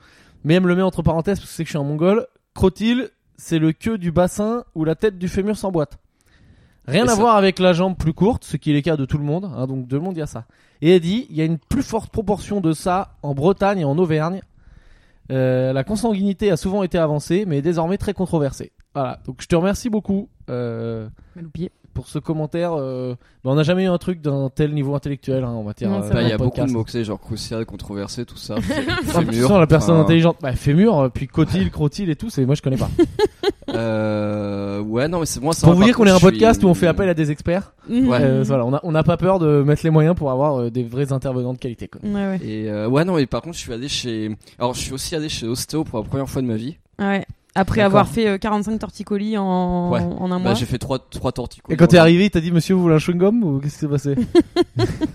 A: Mais elle me le met entre parenthèses parce que c'est que je suis un mongol. Crotyle, c'est le queue du bassin où la tête du fémur s'emboîte. Rien
C: Et
A: à
C: ça-
A: voir avec la jambe plus courte, ce qui est le cas de tout le monde. hein, donc de le monde, il y a ça. Et elle dit, il y a une plus forte proportion de ça en Bretagne et en Auvergne. Euh, la consanguinité a souvent été avancée, mais est désormais très controversée. Voilà, donc je te remercie beaucoup. Euh,
B: [laughs] Maloupier.
A: pour ce commentaire. euh, bah, on n'a jamais eu un truc d'un tel niveau intellectuel hein, en matière.
B: Non,
A: euh,
B: c'est
C: Bah, il y a
A: de
C: beaucoup
A: podcast.
C: de mots-clés, genre crucial, controversé,
A: [laughs]
C: tout ça.
A: Ah,
C: Fémur.
A: tu sens la personne
C: enfin,
A: intelligente. Bah, fémur, euh, puis cotyle, crotyle et tout, c'est moi je connais pas.
C: Euh, ouais, non, mais c'est moi ça.
A: pour
C: va,
A: vous
C: par
A: dire qu'on est un
C: contre, je
A: podcast
C: suis-
A: où on fait appel à des experts,
B: Mhm.
C: Ouais.
A: euh, voilà, on n'a on n'a pas peur de mettre les moyens pour avoir euh, des vrais intervenants de qualité. Quoi.
B: Ouais, ouais.
C: Et euh, ouais, non, mais par contre, je suis allé chez. Alors, je suis aussi allé chez Ostéo pour la première fois de ma vie.
B: Ouais. Après
A: D'accord.
B: avoir fait euh, 45 torticolis en,
C: Ouais.
B: en un
C: Bah,
B: mois.
C: j'ai fait trois, trois torticolis.
A: Et quand t'es arrivé, il t'a dit monsieur, vous voulez un chewing-gum ou qu'est-ce qui s'est passé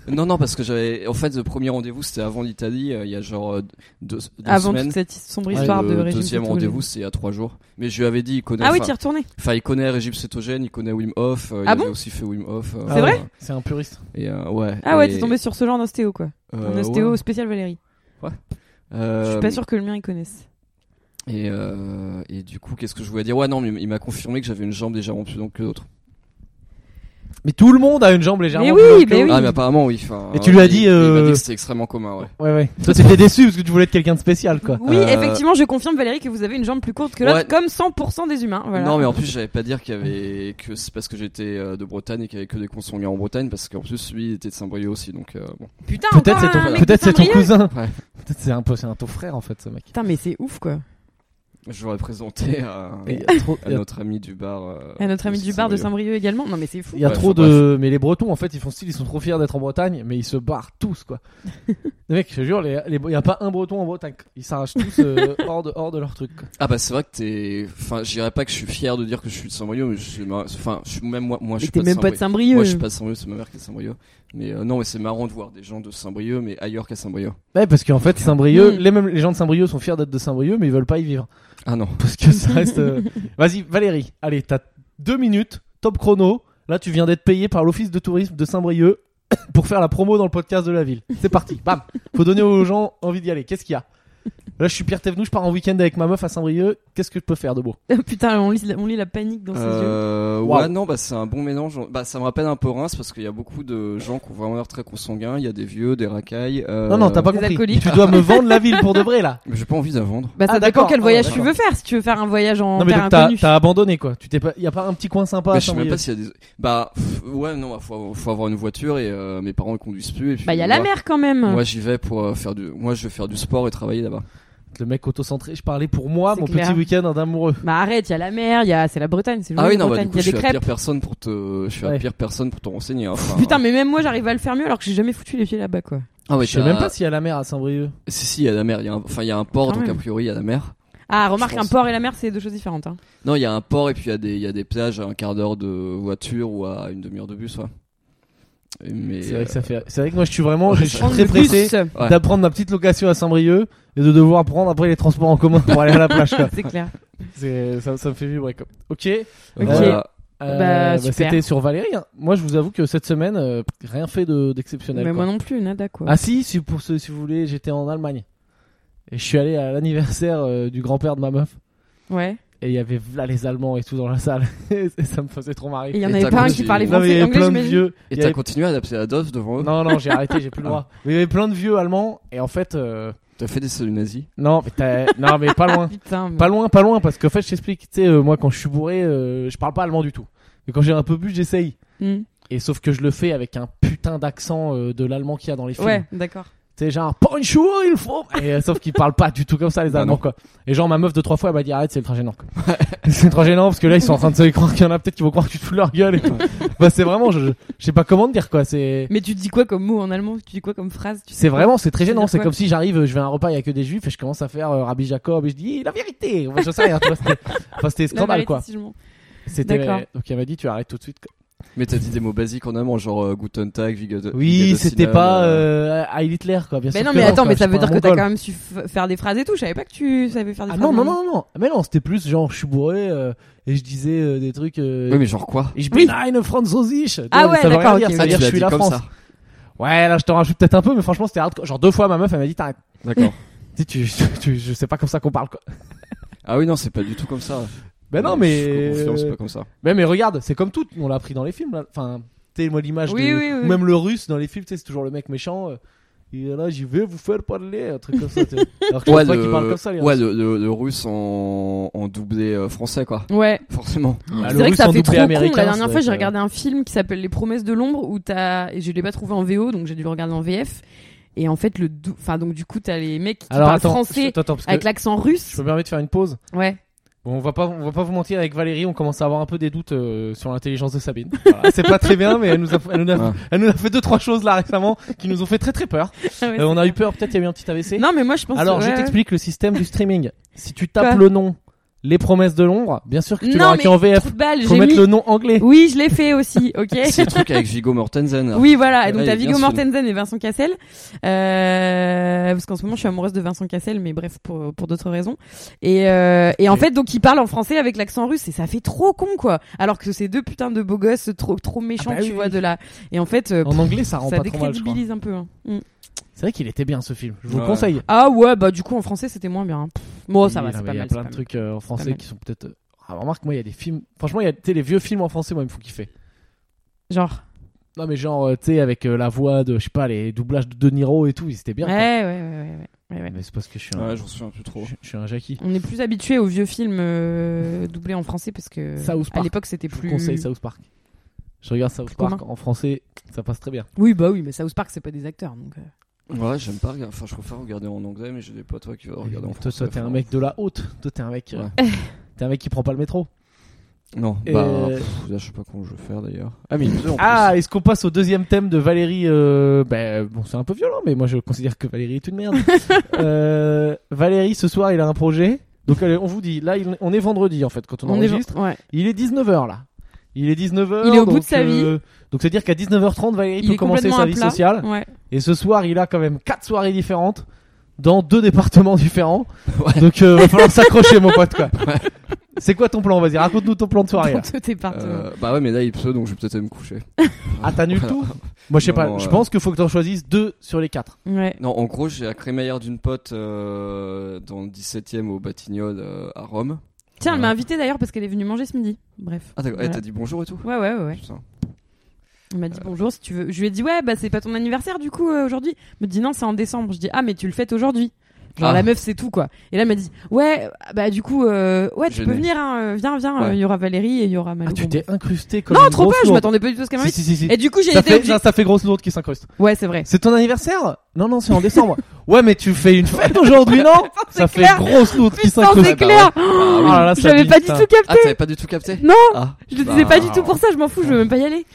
C: Non, non, parce que j'avais. En fait, le premier rendez-vous, c'était avant l'Italie, euh, il y a genre euh, deux, deux
B: avant
C: semaines.
B: toute cette sombre
C: Et
B: histoire de
C: le
B: régime
C: deuxième
B: cétogène.
C: rendez-vous, c'est il y a trois jours. Mais je lui avais dit, il connaît.
B: Ah oui,
C: enfin,
B: t'y es retourné.
C: Enfin, il connaît régime cétogène, il connaît Wim Hof, euh, il
B: Ah
C: avait
B: bon
C: aussi fait Wim Hof. euh,
A: C'est
C: euh,
B: vrai
A: Ah, C'est un puriste.
C: et, euh, ouais.
B: Ah ouais,
C: et,
B: t'es tombé sur ce genre d'ostéo quoi.
C: euh,
B: Un ostéo
C: ouais.
B: spécial Valérie.
C: Euh,
B: Je suis pas sûr que le mien ils connaissent.
C: Et, euh, et du coup, qu'est-ce que je voulais dire Ouais, non, mais il m'a confirmé que j'avais une jambe légèrement plus longue que l'autre.
A: Mais tout le monde a une jambe légèrement
B: Mais
A: plus
B: oui,
A: longue que
B: mais
A: l'autre.
B: oui.
C: Ah, mais apparemment, oui. enfin,
A: Et tu lui as
C: il-
A: dit,
C: Il, m'a
A: euh,
C: dit que c'était extrêmement commun, ouais.
A: Ouais, ouais. Toi, t'étais déçu parce que tu voulais être quelqu'un de spécial, quoi.
B: Oui,
C: Euh,
B: effectivement, je confirme Valérie que vous avez une jambe plus courte que l'autre,
C: Ouais.
B: comme 100% des humains. Voilà.
C: Non, mais en plus, j'avais pas dire qu'il y avait que c'est parce que j'étais euh, de Bretagne et qu'il y avait que des consanguins en Bretagne, parce qu'en plus, lui, il était de Saint-Brieuc aussi, donc euh, bon.
B: Putain,
A: Peut-être
B: encore
A: c'est
B: un mec
A: ton,
B: de
A: peut-être c'est ton
B: Saint-Brieuc.
A: cousin.
C: Ouais.
A: Peut-être c'est un peu, c'est un ton frère en fait, ce mec.
B: Putain, mais c'est ouf quoi.
C: Je l'aurais présenté à,
A: Et il y a trop-
C: à
A: il y a
C: notre ami du bar. euh,
B: À notre ami
C: de
B: du bar de
C: Saint-Brieuc.
B: Saint-Brieuc également. Non, mais c'est fou.
A: Il y a
C: Ouais,
A: trop
C: enfin,
A: de. Mais les Bretons, en fait, ils font style, ils sont trop fiers d'être en Bretagne, mais ils se barrent tous, quoi. les mecs, je te jure, les- les- il n'y a pas un Breton en Bretagne. Ils s'arrachent tous euh, hors, de, hors de leur truc, quoi.
C: Ah bah c'est vrai que t'es... Enfin, je dirais pas que je suis fier de dire que je suis de Saint-Brieuc, mais je suis... mar- Enfin, je suis même moi, moi je
B: Mais
C: suis
B: t'es
C: pas de
B: même pas de
C: Saint-Brieuc. Moi je suis
B: Saint-Brieuc.
C: pas de Saint-Brieuc, c'est ma mère qui est de Saint-Brieuc. Mais euh, non, mais c'est marrant de voir des gens de Saint-Brieuc, mais ailleurs qu'à Saint-Brieuc.
A: Ouais, parce qu'en fait, Saint-Brieuc,
B: Mm.
A: les, mêmes, les gens de Saint-Brieuc sont fiers d'être de Saint-Brieuc, mais ils veulent pas y vivre.
C: Ah non.
A: Parce que ça reste. euh, Vas-y, Valérie, allez, t'as deux minutes, top chrono. Là, tu viens d'être payé par l'Office de tourisme de Saint-Brieuc [coughs] pour faire la promo dans le podcast de la ville. C'est parti, [laughs] bam. Faut donner aux gens envie d'y aller. Qu'est-ce qu'il y a Là, je suis Pierre Thévenoud, je pars en week-end avec ma meuf à Saint-Brieuc. Qu'est-ce que je peux faire de beau
B: [laughs] Putain, on lit, la- on lit la panique dans ses yeux.
C: Euh,
A: Oh, Waouh.
C: Ouais, non, bah c'est un bon mélange. Bah ça me rappelle un peu Reims parce qu'il y a beaucoup de gens qui ont vraiment l'air très consanguins. Il y a des vieux, des racailles. euh,
A: Non, non, t'as pas
B: Des
A: compris.
B: alcooliques.
A: Tu dois me vendre la ville pour de vrai,
B: [laughs]
A: là.
C: mais J'ai pas envie de la vendre.
B: Bah, ça
A: Ah,
B: dépend
A: d'accord.
B: quel
A: Ah,
B: voyage tu
A: d'accord.
B: veux faire. Si tu veux faire un voyage en
A: non, mais
B: terre
A: donc t'as
B: inconnue.
A: t'as abandonné, quoi. Tu t'es pas, y a pas un petit coin sympa à
C: mais je sais même
A: Saint-Brieuc.
C: pas s'il y a des. Bah pff, ouais, non, bah, faut, faut avoir une voiture et euh, mes parents ne conduisent plus. Et puis,
B: Bah, il y a
C: moi-
B: la mer quand même.
C: Moi j'y vais pour euh, faire du. Moi je vais faire du sport et travailler là-bas.
A: le mec autocentré. Je parlais pour moi,
B: C'est
A: mon
B: clair.
A: petit week-end d'amoureux.
B: Bah arrête, il y a la mer, il y a c'est la Bretagne, c'est le
C: Ah oui,
B: de
C: non, bah,
B: Bretagne,
C: du coup,
B: il y
C: je
B: a
C: suis
B: des
C: la
B: crêpes.
C: pire personne pour te, je suis la
A: Ouais.
C: pire personne pour te renseigner. hein. Enfin,
B: Putain, mais même moi j'arrive à le faire mieux alors que j'ai jamais foutu les pieds là-bas quoi.
C: ah ouais,
A: je sais
C: t'as-
A: même pas s'il y a la mer à Saint-Brieuc.
C: Si, si, il y a la mer. il y a un- Enfin, il y a un port,
B: Quand
C: donc a
B: même.
C: priori, il y a la mer.
B: Ah, remarque,
C: Je
B: un
C: pense.
B: port et la mer, c'est deux choses différentes. Hein.
C: Non, il y a un port et puis il y a des, il y a des plages à un quart d'heure de voiture ou à une demi-heure de bus, ouais. Et- Mais
A: C'est vrai que
C: euh,
A: ça fait. C'est vrai que moi, je suis vraiment, je suis
B: Prendre
A: très
B: le
A: pressé
B: bus,
C: Ouais.
A: d'apprendre ma petite location à Saint-Brieuc et de devoir prendre après les transports en commun pour aller à la plage.
C: [laughs]
A: quoi.
B: C'est clair.
A: C'est- Ça, ça me fait vibrer. Quoi. Ok. Euh,
B: Ok.
C: voilà.
A: Euh,
B: Bah,
A: bah,
B: super.
A: C'était sur Valérie. hein. Moi, je vous avoue que cette semaine, euh, rien fait de- d'exceptionnel.
B: Mais
A: quoi.
B: moi non plus, nada quoi.
A: ah si, si, pour ceux, si vous voulez, j'étais en Allemagne et je suis allé à l'anniversaire euh, du grand-père de ma meuf.
B: Ouais.
A: Et il y avait là les Allemands et tout dans la salle. [laughs] et ça me faisait trop
B: Et il
A: marrer.
B: y en
C: Et
B: avait
C: t'as
B: pas un qui
C: conduit-
B: parlait
C: les
A: Non, mais il y
B: français
A: avait
B: et anglais,
A: plein de
B: j'imagine.
A: vieux.
C: Et
A: Il y
C: t'as
A: avait-
C: continué à adapter la dose devant eux
A: Non, non, j'ai arrêté, j'ai plus le
C: Ah.
A: droit. Mais il y avait plein de vieux Allemands et en fait, euh,
C: T'as fait des saluts nazis
A: non, mais t'as- non, mais pas
B: [laughs]
A: loin.
B: Putain, mais-
A: Pas loin, pas loin, parce qu'en fait, je t'explique, tu sais, euh, moi, quand je suis bourré, euh, je parle pas allemand du tout. Mais quand j'ai un peu bu, j'essaye.
B: Hmm.
A: Et sauf que je le fais avec un putain d'accent euh, de l'allemand qu'il y a dans les films.
B: Ouais, d'accord.
A: Tu sais, genre, pas une chou, il faut. Et euh, sauf qu'ils parlent pas du tout comme ça, les
C: Bah
A: Allemands,
C: non.
A: quoi. Et genre, ma meuf, deux, trois fois, elle m'a dit, arrête, c'est le train gênant, quoi. [laughs] c'est le train gênant, parce que là, ils sont en train de se croire qu'il y en a peut-être qui vont croire que tu te fous de leur gueule et tout. bah, c'est vraiment, je, je je sais pas comment te dire, quoi. C'est,
B: Mais tu dis quoi comme mot en allemand Tu dis quoi comme phrase Tu sais
A: c'est
B: pas.
A: vraiment, c'est très
B: Tu veux
A: gênant.
B: dire
A: C'est
B: quoi
A: comme si j'arrive, euh, je vais à un repas, il y a que des juifs, et je commence à faire euh, Rabbi Jacob, et je dis, la vérité. Moi, je sais rien, tu vois, c'était, enfin, c'était
B: La
A: scandale,
B: vérité,
A: quoi.
B: si je mens.
A: C'était,
B: D'accord.
A: donc elle m'a dit, tu arrêtes tout de suite, quoi.
C: Mais t'as dit des mots basiques en allemand, genre euh, Guten Tag, Vigad.
A: Oui, c'était pas, euh, Heil Hitler, quoi, bien
B: Mais
A: sûr
B: non,
A: que
B: mais attends,
A: quoi,
B: mais
A: je
B: ça
A: suis
B: veut
A: pas un
B: dire que t'as
A: mongol.
B: quand même su f- faire des phrases et tout. Je savais pas que tu savais faire des
A: Ah
B: phrases.
A: non, non,
B: en allemand.
A: non, non, mais non, c'était plus genre, je suis bourré, euh, et je disais euh, des trucs. euh,
C: Oui, mais genre quoi
A: Ich bin ein Franzosich.
B: Ah ouais,
A: ça veut rien
B: d'accord,
A: dire,
B: ok,
A: ça veut dire
B: ok.
A: je
C: tu l'as
A: suis
C: dit
A: la
C: comme
A: France.
C: ça.
A: Ouais, là je te rajoute peut-être un peu, mais franchement c'était hardcore. Genre deux fois ma meuf elle m'a dit t'arrêtes. [laughs]
C: D'accord.
A: Tu, sais, tu, tu- je sais pas comme ça qu'on parle quoi.
C: ah oui, non, c'est pas du tout comme ça.
A: Ben non,
C: Je
A: mais.
C: te confirme, c'est pas comme ça.
A: Mais, mais regarde, c'est comme tout, on l'a appris dans les films là. Enfin, tu sais, moi l'image
B: Oui,
A: de.
B: oui, oui.
A: ou Même le russe dans les films, tu sais, c'est toujours le mec méchant. euh, il est là, j'y vais vous faire parler, un truc comme ça. tu sais. Alors que
C: Ouais,
A: toi qui
C: le-
A: parle comme ça, les
C: ouais,
A: Russes.
C: le, le- le russe en, en doublé euh, français, quoi. [laughs]
B: Ouais.
C: Forcément.
A: Ah,
B: C'est
A: le
B: vrai que
A: russe
B: ça
A: en doublé
B: fait trop con. La
A: américain, ça
B: dernière
A: va
B: fois,
A: être,
B: j'ai
A: euh,
B: regardé un film qui s'appelle Les Promesses de l'ombre où t'as et je l'ai pas trouvé en VO donc j'ai dû le regarder en VF et en fait le dou- enfin donc du coup t'as les mecs qui
A: Alors
B: parlent
A: attends,
B: français
A: je- attends, parce que
B: avec l'accent
A: je
B: russe.
A: peux me permettre de faire une pause.
B: Ouais.
A: Bon, on va pas, on va pas vous mentir avec Valérie, on commence à avoir un peu des doutes euh, sur l'intelligence de Sabine. Voilà, [laughs] c'est pas très bien, mais elle nous a, elle nous a,
C: Ouais.
A: elle nous a fait deux trois choses là récemment qui nous ont fait très très peur.
B: Ah ouais,
A: Euh, on a
B: c'est
A: eu peur, peut-être il y a eu un petit AVC.
B: Non mais moi je pense
A: Alors
B: ouais,
A: je
B: ouais.
A: t'explique le système du streaming. Si tu tapes
B: Quoi
A: le nom, les promesses de l'ombre, bien sûr que tu
B: Non,
A: l'auras
B: mais
A: qu'en VF.
B: Trou de balle,
A: Faut
B: j'ai
A: mettre
B: mis-
A: le nom anglais.
B: Oui, je l'ai fait aussi,
A: [laughs]
B: OK.
C: C'est le truc avec Vigo Mortensen. là.
B: Oui, voilà. Et donc
C: Ouais,
B: t'as
C: bien
B: Viggo
C: sûr.
B: Mortensen et Vincent Cassel. Euh, parce qu'en ce moment, je suis amoureuse de Vincent Cassel, mais bref, pour, pour d'autres raisons. Et, euh, et en
A: Ok.
B: fait, donc il parle en français avec l'accent russe et ça fait trop con, quoi. Alors que ces deux putains de beaux gosses trop, trop méchants,
A: Ah bah
B: tu
A: oui,
B: vois,
A: oui.
B: de la. Et en fait, euh,
A: En anglais, ça rend
B: ça
A: pas trop mal, je crois.
B: décrédibilise un peu. hein. Mm.
A: C'est vrai qu'il était bien ce film. Je vous
C: Ouais.
A: le conseille.
B: Ah ouais, bah du coup, en français, c'était moins bien. hein. Pff, Bon, ça
A: Oui,
B: va,
A: non,
B: c'est
A: mais
B: pas
A: Il y a
B: mal.
A: plein de
B: c'est pas
A: trucs euh, en français
B: mal.
A: qui sont peut-être. euh, ah, remarque, moi, il y a des films. Franchement, il y a tu sais, les vieux films en français, moi, ils me font kiffer.
B: mal. Genre.
A: Non, mais genre, euh, tu sais, avec euh, la voix de, je sais pas, les doublages de De Niro et tout, c'était bien.
B: Ouais,
A: quoi.
B: ouais, ouais, ouais, ouais, ouais, ouais.
A: Mais c'est parce que je suis un,
C: Ouais, j'en souviens plus trop.
A: je, je suis un Jackie.
B: On est plus habitué aux vieux films euh, doublés en français parce que
A: South
B: à
A: Park,
B: l'époque c'était
A: Je vous
B: plus.
A: conseille South Park. Je regarde South
B: Plus
A: Park
B: commun.
A: en français, ça passe très bien.
B: Oui, bah oui, mais South Park c'est pas des acteurs donc. euh.
C: Ouais, j'aime pas regarder. Enfin, je préfère regarder en anglais, mais j'ai des potes ouais, qui veulent regarder Oh, en
A: Toi,
C: français.
A: toi, t'es un
C: enfin.
A: mec de la haute. Toi, t'es un mec. euh, [laughs] T'es un mec qui prend pas le métro.
C: Non,
A: Et-
C: bah, pff, là, je sais pas comment je vais faire d'ailleurs. Ah, mais il pleut en
A: Ah, est-ce qu'on passe au deuxième thème de Valérie euh, Ben, bon, c'est un peu violent, mais moi je considère que Valérie est une
B: [laughs]
A: merde. Euh, Valérie, ce soir, il a un projet. Donc, allez, on vous dit, là, il- on est vendredi en fait, quand on,
B: est-
A: enregistre.
B: ouais.
A: Il est 19h là. Il est 19h.
B: Il est au bout
A: donc,
B: de sa vie.
A: euh, donc, c'est-à-dire qu'à 19h30, Valérie
B: Il
A: peut
B: est
A: commencer
B: complètement
A: sa
B: à
A: vie
B: plat.
A: sociale.
B: Ouais.
A: Et ce soir, il a quand même quatre soirées différentes dans deux départements différents.
C: Ouais. [laughs]
A: Donc euh, va falloir s'accrocher mon pote [laughs] quoi. C'est quoi ton plan Vas-y, raconte-nous ton plan de soirée.
B: Dans
A: là.
B: tous tes
C: plus.
B: partenaires.
C: Euh, bah ouais, mais là, il pleut, donc je vais peut-être aller me coucher.
A: [laughs] Ah t'annules
C: Voilà.
A: tout Moi je sais
C: Non,
A: pas,
C: non,
A: je
C: euh,
A: pense qu'il faut que t'en choisisses deux sur les quatre.
B: Ouais.
C: Non, en gros, j'ai la crémaillère d'une pote euh, dans le 17 e au Batignolles euh, à Rome.
B: Tiens, elle m'a
C: voilà.
B: invité d'ailleurs parce qu'elle est venue manger ce midi. Bref.
C: Ah, d'accord, Eh,
B: Voilà.
C: t'as dit bonjour et tout
B: Ouais, ouais, ouais, ouais.
C: Putain.
B: Elle m'a dit bonjour si tu euh, veux. Je lui ai dit ouais, bah c'est pas ton anniversaire du coup euh, aujourd'hui. Elle me dit non, c'est en décembre. Je dis ah, mais tu le fêtes aujourd'hui. Genre
C: Ah.
B: la meuf c'est tout quoi. Et là elle m'a dit ouais euh, bah du coup euh, ouais tu
C: Je
B: peux
C: n'ai-
B: venir hein, euh, viens viens euh, il
C: Ouais.
B: y aura Valérie et il y aura Malou.
A: Ah, tu
B: Bon,
A: t'es incrusté comme
B: Non
A: une
B: trop
A: grosse
B: pas je
A: lourde.
B: m'invais pas du tout à ce qu'elle m'avait
A: Si, si, si, si.
B: Et du coup j'ai
A: Ça
B: été
A: fait,
B: obligée.
A: ça fait grosse lourde qui s'incruste.
B: Ouais c'est vrai.
A: C'est ton anniversaire Non, non, c'est
B: [laughs]
A: en décembre. ouais, mais tu fais une fête aujourd'hui, non
B: c'est
A: Ça fait
B: clair.
A: grosse lourde qui
B: Putain
A: s'incruste.
B: c'est clair. Oh
C: Ah, oui.
A: Ah là là,
B: J'avais
A: Sabine,
B: pas du
A: putain.
B: tout capté.
C: Ah, t'avais pas du
A: [gasps]
C: tout capté
B: Non
C: Ah.
B: Je le disais
C: Bah,
B: pas du tout pour ça, je m'en fous, je veux même pas y aller.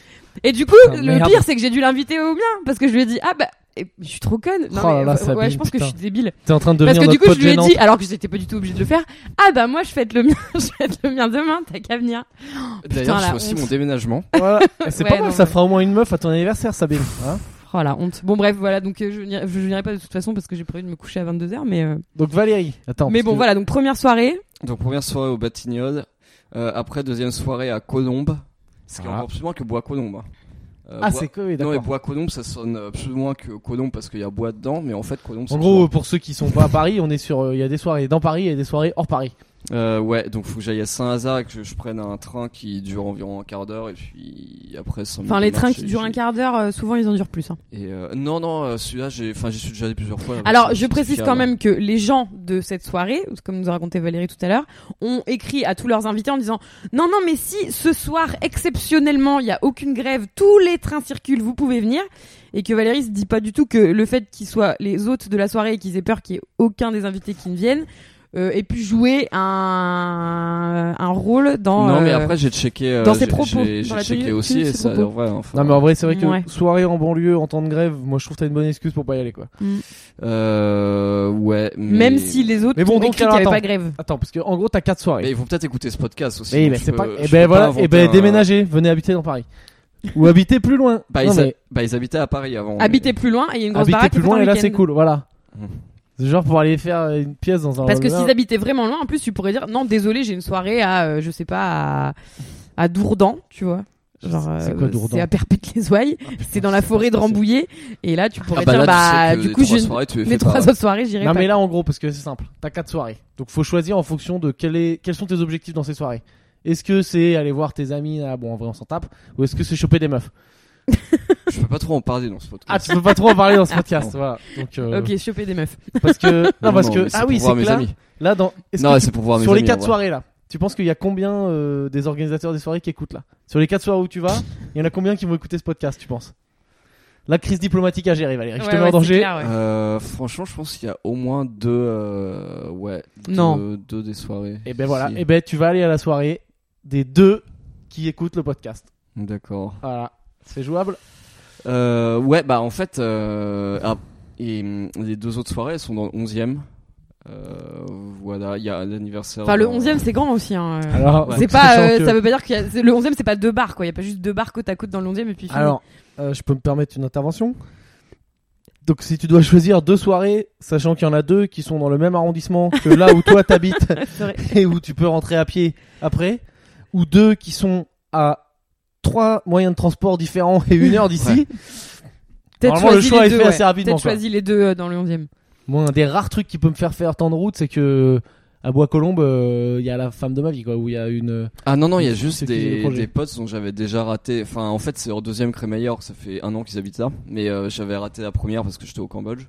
B: Et du coup,
A: Putain,
B: le
A: Ah, merde.
B: pire, c'est que j'ai dû l'inviter au mien, parce que je lui ai dit, ah bah, et je suis trop conne. Non,
A: Oh là
B: mais,
A: là,
B: ouais,
A: Sabine,
B: ouais, je pense que je suis
A: putain.
B: débile.
A: T'es en train de
B: Parce
A: devenir
B: que du
A: notre
B: coup, je
A: pote
B: lui ai
A: gênante.
B: dit, alors que j'étais pas du tout obligée de le faire, ah bah moi, je fête le mien, [laughs] je fête le mien demain, t'as qu'à venir.
C: D'ailleurs,
B: la
C: je fais aussi
B: honte.
C: mon déménagement.
B: [laughs]
A: Voilà. C'est
B: Ouais,
A: pas mal,
B: non,
A: ça
B: mais-
A: fera au moins une meuf à ton anniversaire, Sabine. hein.
B: Oh la honte. Bon, bref, voilà, donc euh, je n'irai je n'irai pas de toute façon, parce que j'ai prévu de me coucher à 22h, mais, euh,
A: Donc Valérie, attends.
B: mais
A: parce
B: bon,
A: que-
B: voilà, donc première soirée.
C: Donc première soirée au Batignolles, euh, après deuxième soirée à Colombes, ce qui est
A: Ah.
C: encore plus loin que Bois Colombes. Euh,
A: Ah,
C: Bois-
A: c'est que, oui,
C: Non,
A: d'accord.
C: mais Bois Colombes, ça sonne euh, plus loin que Colombes parce qu'il y a bois dedans, mais en fait Colombes. c'est
A: En gros,
C: plus
A: pour ceux qui sont pas à Paris, on est sur. euh, Il y a des soirées dans Paris et des soirées hors Paris.
C: loin. Euh, ouais, donc faut que j'aille à Saint-Lazare et que je, je prenne un train qui dure environ un quart d'heure et puis après. sans
B: Enfin,
C: me
B: les trains qui
C: démarcher,
B: durent un
C: j'y-
B: quart d'heure, euh, souvent, ils en durent plus. hein.
C: Et euh, non, non, euh, celui-là, j'ai, enfin, j'y suis déjà allé plusieurs fois.
A: Ah bah,
B: Alors,
C: C'est
B: je précise
C: justifiable.
B: quand même que les gens de cette soirée, comme nous a raconté Valérie tout à l'heure, ont écrit à tous leurs invités en disant Non, non, mais si ce soir, exceptionnellement, il n'y a aucune grève, tous les trains circulent, vous pouvez venir. Et que Valérie se dit pas du tout que le fait qu'ils soient les hôtes de la soirée et qu'ils aient peur qu'il y ait aucun des invités qui ne viennent, euh, ait pu jouer un, un rôle dans.
C: Non, mais
B: euh,
C: après j'ai checké. euh,
B: dans ses
C: j'ai-
B: propos,
C: j'ai-
B: dans
C: J'ai
B: la tenue-
C: checké aussi
B: tenue de
C: et
B: ses
C: ça,
B: propos.
C: en vrai, enfin,
A: Non, mais en vrai, c'est vrai que
B: Ouais.
A: soirée en banlieue, en temps de grève, moi je trouve que t'as une bonne excuse pour pas y aller, quoi.
C: euh, ouais. mais-
B: Même si les autres
A: Mais bon,
B: ont
A: donc,
B: écrit qu'il n'y
A: alors,
B: avait pas
A: attends.
B: grève.
A: Attends, parce que en gros, t'as quatre soirées.
C: Mais ils vont peut-être écouter ce podcast aussi.
A: Oui,
C: donc
A: mais
C: je
A: c'est
C: peux-
A: pas.
C: je
A: Eh
C: peux
A: ben
C: pas
A: voilà,
C: inventer
A: eh ben
C: un-
A: déménagez, venez habiter dans Paris. Ou habiter plus loin.
C: Bah,
A: Non,
C: ils,
A: mais
C: ha- bah, ils habitaient à Paris avant. mais-
B: Habiter plus loin et il y a une grosse
A: habiter
B: baraque.
A: plus
B: et faites un
A: loin et là
B: week-end.
A: c'est cool, voilà.
C: Mhm.
A: C'est Genre pour aller faire euh, une pièce dans un.
B: Parce que
A: Oh là-
B: s'ils habitaient vraiment loin, en plus, tu pourrais dire non, désolé, j'ai une soirée à, euh, je sais pas, à, à Dourdan, tu vois. Genre,
A: C'est
B: euh,
A: quoi, Dourdan Ah,
B: c'est à Perpète-les-Ouailles, c'est dans la forêt de Rambouillet, et là tu
C: Ah,
B: pourrais
C: bah,
B: dire
C: là,
B: bah
C: tu sais que
B: du
C: les
B: coup
C: trois
B: j'ai
C: soirées, tu les
B: mes
C: fais
B: trois
C: pas.
B: autres soirées, j'irai
A: Non
B: pas.
A: mais là en gros parce que c'est simple, t'as quatre soirées, donc faut choisir en fonction de quel est- quels sont tes objectifs dans ces soirées. Est-ce que c'est aller voir tes amis, ah bon en vrai on s'en tape, ou est-ce que c'est choper des meufs
C: [laughs] Je peux pas trop en parler dans ce
A: Ah
C: podcast.
A: tu peux pas trop en parler dans ce podcast,
C: Non.
A: voilà. Donc euh,
B: Ok, choper des meufs.
A: parce que non
C: [laughs] Non,
A: parce
C: non,
A: que
C: mais
A: ah
C: pour
A: oui
C: voir
A: c'est que
C: mes
A: là,
C: amis.
A: là dans est-ce
C: Non,
A: que
C: c'est pour voir mes
A: sur les
C: amis,
A: quatre
C: en vrai.
A: soirées là, tu penses qu'il y a combien euh, des organisateurs des soirées qui écoutent là Sur les quatre soirées où tu vas, il y en a combien qui vont écouter ce podcast, tu penses La crise diplomatique à gérer, Valérie. je te
B: Ouais,
A: mets
B: ouais,
A: en
B: c'est
A: danger.
B: clair, ouais.
C: Euh, franchement, je pense qu'il y a au moins deux, euh, ouais, deux-
B: Non.
C: deux des soirées.
A: Et ben voilà.
C: Si.
A: Et ben tu vas aller à la soirée des deux qui écoutent le podcast.
C: D'accord.
A: Voilà. C'est [laughs] jouable.
C: Euh, ouais, bah en fait, euh, ah, et hum, les deux autres soirées elles sont dans le 11e. Euh, voilà, il y a l'anniversaire.
B: Enfin, le
C: d'un-
B: 11ème c'est grand aussi. Hein. euh.
A: Alors,
C: Ouais.
B: C'est pas,
A: sachant
B: euh,
A: que-
B: ça veut pas dire que le 11ème c'est pas deux bars quoi. Il y a pas juste deux bars côte à côte dans le 11ème et puis. fini.
A: Alors, euh, je peux me permettre une intervention. Donc, si tu dois choisir deux soirées, sachant qu'il y en a deux qui sont dans le même arrondissement que là où toi [laughs] t'habites
B: C'est vrai.
A: et où tu peux rentrer à pied après, ou deux qui sont à trois moyens de transport différents et une heure d'ici,
B: Peut-être
A: Normalement, le
B: choisis
A: choix
B: les
A: est
B: deux,
A: fait
B: ouais.
A: assez rapidement,
B: Peut-être
A: quoi.
B: choisis les deux euh, dans le 11ème.
A: Bon, un des rares trucs qui peut me faire faire tant de route, c'est que à Bois-Colombes, euh, il y a la femme de ma vie, quoi, où il y a une.
C: Ah non, non, il y a
A: C'est
C: juste
A: qui le
C: des,
A: projet
C: des potes dont j'avais déjà raté. Enfin, en fait, c'est leur deuxième crémaillère, ça fait un an qu'ils habitent là. Mais euh, j'avais raté la première parce que j'étais au Cambodge.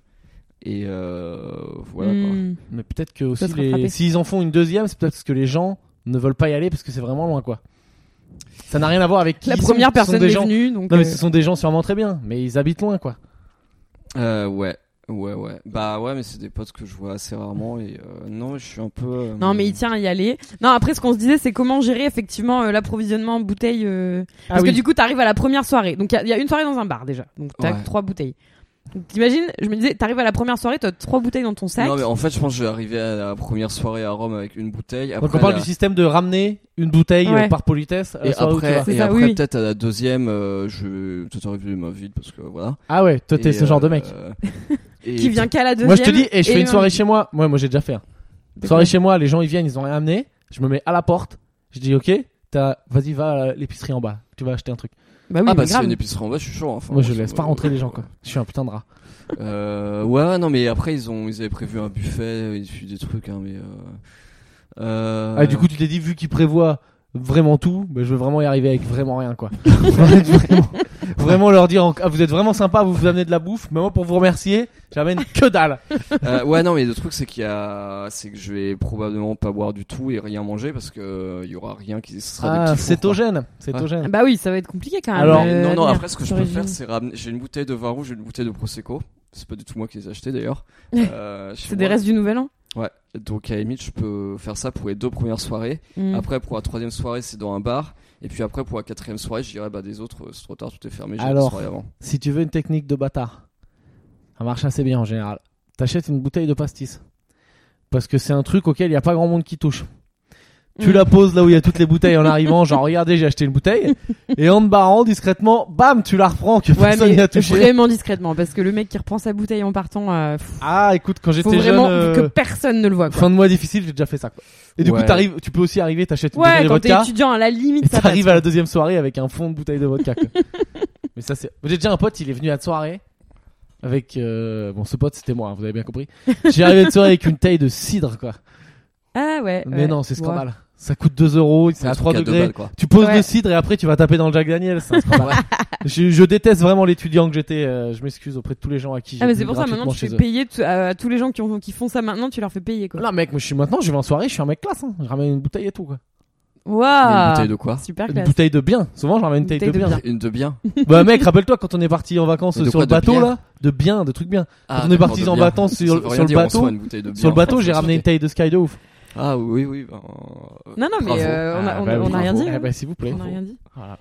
C: Et euh, voilà quoi.
B: Hmm.
A: Mais peut-être que aussi,
B: se
A: les-
B: rattraper.
A: s'ils en font une deuxième, c'est peut-être parce que les gens ne veulent pas y aller parce que c'est vraiment loin, quoi. Ça n'a rien à voir avec qui
B: La
A: ils sont,
B: première
A: ce sont
B: personne
A: des
B: est
A: gens.
B: venue donc.
A: Non, mais
B: euh,
A: ce sont des gens sûrement très bien, mais ils habitent loin, quoi.
C: Euh, ouais, ouais, ouais. Bah ouais, mais c'est des potes que je vois assez rarement et euh, non, je suis un peu. euh,
B: Non, mais il tient à y aller. Non, après, ce qu'on se disait, c'est comment gérer effectivement euh, l'approvisionnement en bouteilles. euh,
A: Ah
B: Parce que du coup, t'arrives à la première soirée. Donc, il y a- il y, a une soirée dans un bar déjà. Donc, t'as
C: Ouais.
B: trois bouteilles. Donc, t'imagines, je me disais, t'arrives à la première soirée, t'as trois bouteilles dans ton sac.
C: Non, mais en fait, je pense que je vais arriver à la première soirée à Rome avec une bouteille. Après,
A: Donc on parle
C: la-
A: du système de ramener une bouteille euh,
B: Ouais.
A: par politesse. à la
C: Et
A: soirée où tu
C: après,
A: vas.
B: C'est
C: et
B: ça,
C: après
B: oui, oui.
C: peut-être à la deuxième, euh, je vais peut-être arriver ma vide parce que voilà.
A: Ah ouais, toi t'es
C: Et,
A: ce genre de
C: euh, [laughs]
A: mec.
C: et-
B: Qui vient qu'à la deuxième.
A: Moi je te dis, et je fais une
B: euh,
A: soirée chez moi. Moi, moi j'ai déjà fait. hein. Soirée chez moi, les gens ils viennent, ils ont rien amené. Je me mets à la porte. Je dis ok, t'as, vas-y va à l'épicerie en bas. Tu vas acheter un truc.
B: Bah oui,
C: Ah
B: mais
C: bah s'il y a
B: grave.
C: une épicerie en bas, je suis chaud. hein. Enfin,
A: moi je
C: ça
A: laisse
C: me-
A: pas rentrer les gens quoi. Je suis un putain de rat.
C: Euh, ouais, ouais, non, mais après ils ont, ils avaient prévu un buffet, ils suivent des trucs, hein, mais. Euh... euh,
A: Ah du coup tu t'es dit
C: [laughs]
A: vu qu'ils prévoient [laughs] vraiment tout, bah, je veux vraiment y arriver avec vraiment rien quoi. Vraiment- Vraiment leur dire, en- ah, vous êtes vraiment sympa, vous vous amenez de la bouffe, mais moi pour vous remercier,
C: [laughs]
A: j'amène que dalle.
C: Euh, ouais, non, mais le truc, c'est qu'il y a, c'est que je vais probablement pas boire du tout et rien manger parce que euh, il y aura rien qui sera des petits
A: Ah,
C: fours, quoi.
A: cétogène,
B: Ah
A: cétogène.
B: Bah oui, ça va être compliqué quand même.
A: Alors,
B: euh,
C: non, non,
B: Amir,
C: après, ce que je peux
B: d'origine.
C: faire, c'est ramener, j'ai une bouteille de vin rouge, j'ai une bouteille de prosecco. C'est pas du tout moi qui les ai
B: [laughs]
C: achetés d'ailleurs. Euh, chez
B: C'est des
C: moi.
B: restes du nouvel an.
C: Ouais. Donc, à la limite, je peux faire ça pour les deux premières soirées.
B: Mm.
C: Après, pour la troisième soirée, c'est dans un bar. Et puis après, pour la quatrième soirée, je dirais, bah, des autres, euh, c'est trop tard, tout est fermé, j'ai
A: Alors.
C: une soirée avant.
A: Si tu veux une technique de bâtard, ça marche assez bien en général. T'achètes une bouteille de pastis. Parce que c'est un truc auquel il n'y a pas grand monde qui touche. Tu
B: Mm.
A: la poses là où il y a toutes les bouteilles en arrivant, genre regardez, j'ai acheté une bouteille. Et en te barrant discrètement, bam, tu la reprends que
B: Ouais,
A: personne n'y a
B: mais
A: touché.
B: vraiment discrètement, parce que le mec qui reprend sa bouteille en partant, euh, pff,
A: Ah, écoute, quand
B: faut
A: j'étais jeune,
B: vraiment
A: euh,
B: que personne ne le voit. Quoi.
A: fin de mois difficile, j'ai déjà fait ça. quoi. Et du
C: Ouais.
A: coup, t'arrives, tu peux aussi arriver, t'achètes une bouteille
B: Ouais,
A: de
B: quand t'es
A: vodka.
B: étudiant, à la limite,
A: Et
B: ça passe.
A: t'arrives à la deuxième soirée avec un fond de bouteille de vodka. quoi. [laughs] Mais ça, c'est. J'ai déjà un pote, il est venu à la soirée. Avec. euh, Bon, ce pote, c'était moi, hein, vous avez bien
B: [laughs]
A: compris. J'ai arrivé de soirée avec une taille de cidre, quoi.
B: Ah ouais.
A: Mais
B: ouais.
A: non, c'est
B: Ouais.
A: scandale. Ça coûte 2 euros, c'est
C: Un
A: à
C: truc
A: 3
C: deux
A: degrés.
C: balles, quoi.
A: Tu poses
B: Ouais.
A: le cidre et après tu vas taper dans le Jack Daniel, c'est un scandale.
C: [laughs]
A: je, je déteste vraiment l'étudiant que j'étais. euh, je m'excuse auprès de tous les gens à qui j'ai
B: Ah mais
A: bu
B: c'est pour ça maintenant
A: gratuitement
B: tu
A: chez
B: fais
A: eux.
B: payer t- à, à tous les gens qui, ont- qui font ça maintenant tu leur fais payer quoi.
A: Là, mec, moi, je suis maintenant, je vais en soirée, je suis un mec classe. hein. Je ramène une bouteille et tout, quoi.
C: Mais Une
B: Waouh.
C: bouteille de quoi?
B: Super
A: Une
B: classe.
A: bouteille de bien. Souvent, je ramène une
B: Une
A: Ah, bouteille,
B: bouteille de
A: de bien.
C: Une de bien.
A: Bah mec, rappelle-toi quand on est parti en vacances
C: De
A: sur
C: quoi,
A: le
C: de
A: bateau
C: bière
A: là, de bien, de trucs bien.
C: Ah,
A: on est
C: d'accord,
A: partis
C: de
A: en
C: bien.
A: bateau
C: [laughs] Ça
A: sur-
C: veut
A: sur
C: rien
A: le
C: dire, en
A: bateau.
C: soi, une bouteille de
A: sur
C: bière,
A: le bateau,
C: enfin,
A: j'ai
C: ça
A: ramené
C: se
A: une taille de Sky de ouf.
C: fait. [laughs] Ah oui, oui, ben, euh,
B: Non non
C: bravo.
B: mais euh, on a-
A: Ah,
B: on
A: bah
B: a
A: oui.
B: on a rien dit.
A: Ah
B: hein.
A: bah s'il vous plaît.
B: On a rien dit.
A: Voilà.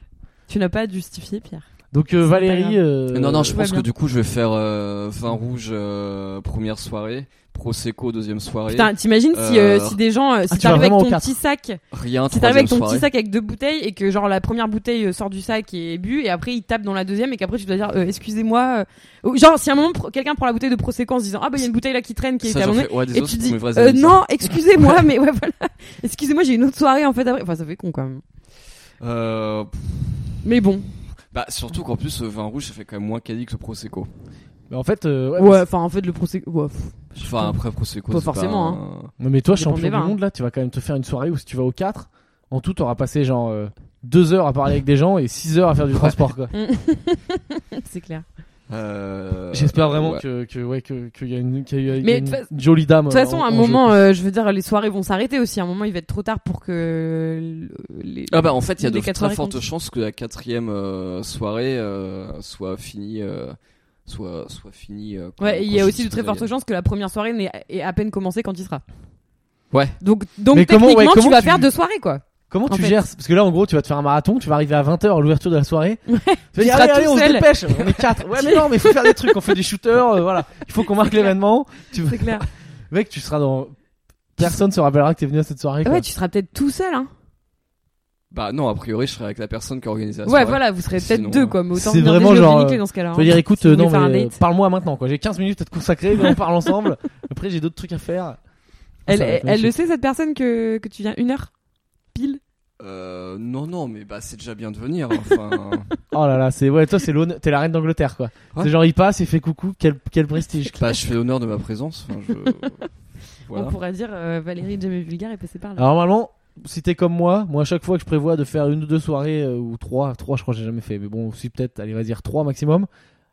B: Tu n'as pas justifié Pierre.
A: Donc euh,
B: C'est pas
A: Valérie euh,
C: Non, non, je
B: tout
C: pense
B: va bien.
C: que du coup, je vais faire euh, vin rouge euh, première soirée, prosecco deuxième soirée,
B: Putain t'imagines si euh,
C: Euh,
B: si des gens euh, si
A: Ah, tu vas
B: t'arrives avec
A: vraiment
B: ton
A: au quatre.
B: petit sac
C: rien
B: si t'arrives
C: troisième
B: avec ton
C: soirée.
B: petit sac avec deux bouteilles et que genre la première bouteille euh, sort du sac et est bu et après il tape dans la deuxième et qu'après tu dois dire euh, excusez-moi euh, ou- genre si à un moment pr- quelqu'un prend la bouteille de Prosecco en se disant ah bah il y a une bouteille là qui traîne qui est
C: ça, j'en
B: abandonnée
C: fais- ouais, des
B: et
C: autres,
B: tu
C: pour
B: dis
C: mes vrais
B: euh,
C: amis, ça.
B: non excusez-moi
A: [laughs]
B: mais ouais voilà excusez-moi j'ai une autre soirée en fait après enfin ça fait con quand même
C: Euh, pff,
B: mais bon
C: bah surtout qu'en plus, euh, vin rouge, ça fait quand même moins quali que le prosecco.
A: mais en fait euh, ouais,
B: ouais
A: mais
B: enfin en fait le Prosecco ouais, pff, je sais
C: Enfin
B: pas.
C: après prosecco,
B: Pas
C: c'est
B: forcément,
C: un-
A: c'est- mais toi
B: Ça dépend
A: champion
B: des
A: du
B: vins,
A: monde là, tu vas quand même te faire une soirée où si tu vas au 4, en tout t'auras passé genre euh, deux heures à parler avec des gens et 6 heures à faire du transport quoi.
B: [laughs] c'est clair
C: Euh,
A: J'espère vraiment
C: ouais.
A: que que ouais que qu'il y a une qu'il y a- qu'il y a
B: Mais
A: une
B: de toute façon-
A: jolie dame.
B: de toute façon
A: en-
B: à un
A: en jeu,
B: moment
A: quoi.
B: euh, je veux dire les soirées vont s'arrêter aussi à un moment il va être trop tard pour que les...
C: Ah bah en fait, il y a de
B: Les quatre
C: très
B: soirées
C: fortes
B: comptent.
C: chances que la quatrième euh, soirée euh, soit finie, euh, soit soit finie. euh, quand-
B: Ouais, il y
C: quand
B: a
C: je
B: aussi de très
C: serai-
B: fortes chances que la première soirée n'ait ait à peine commencé quand il sera.
C: Ouais.
B: Donc, donc
A: Mais comment-
B: techniquement,
A: ouais,
B: tu
A: comment
B: vas
A: tu-
B: faire deux soirées,
C: [laughs]
B: quoi.
A: Comment
B: en
A: tu
B: fait.
A: gères Parce que là, en gros, tu vas te faire un marathon, tu vas arriver à 20h à l'ouverture de la soirée. Tu vas dire,
B: seras
A: allez, allez,
B: tout
A: on se
B: seul.
A: dépêche, on est 4. Ouais, mais non, mais il faut faire des trucs, on fait des shooters, euh, voilà. Il
B: [laughs]
A: faut qu'on marque l'événement. Tu...
B: C'est clair.
A: Mec, tu seras dans. Personne se rappellera que t'es venu à cette soirée. quoi.
B: Ah ouais, tu seras peut-être tout seul, hein.
C: Bah non, a priori, je serai avec la personne qui a organisé la
B: Ouais,
C: soirée.
B: voilà, vous serez peut-être
C: Sinon,
B: deux,
C: euh,
B: quoi. Mais autant
A: c'est
B: venir
A: vraiment
B: déjà
A: genre,
B: vous niquer
A: euh,
B: dans ce cas-là.
A: Tu vas
B: hein,
A: dire, écoute,
B: si vous
A: euh, non,
B: voulez faire un
A: mais, euh,
B: date.
A: parle-moi maintenant, quoi. J'ai 15 minutes à te consacrer, mais on parle ensemble. Après, j'ai d'autres trucs à faire.
B: Elle,
A: Ça va
B: elle,
A: être magnifique.
B: le sait, cette personne, que, que tu viens une heure pile.
C: Euh, non, non, mais bah c'est déjà bien de venir. Enfin,
B: [laughs]
A: Oh là là, c'est, ouais, toi, c'est l'aune, t'es la reine d'Angleterre, quoi.
C: Ouais.
A: C'est genre, il passe, il fait coucou, quel, quel
B: [laughs]
A: prestige.
C: bah je fais honneur de ma présence. Enfin, je... voilà.
B: On pourrait dire euh, Valérie Jamais Vulgaire est passée par là.
A: Alors normalement, si t'es comme moi, moi à chaque fois que je prévois de faire une ou deux soirées euh, ou trois, trois je crois que j'ai jamais fait, mais bon, si peut-être, allez, on va dire trois maximum.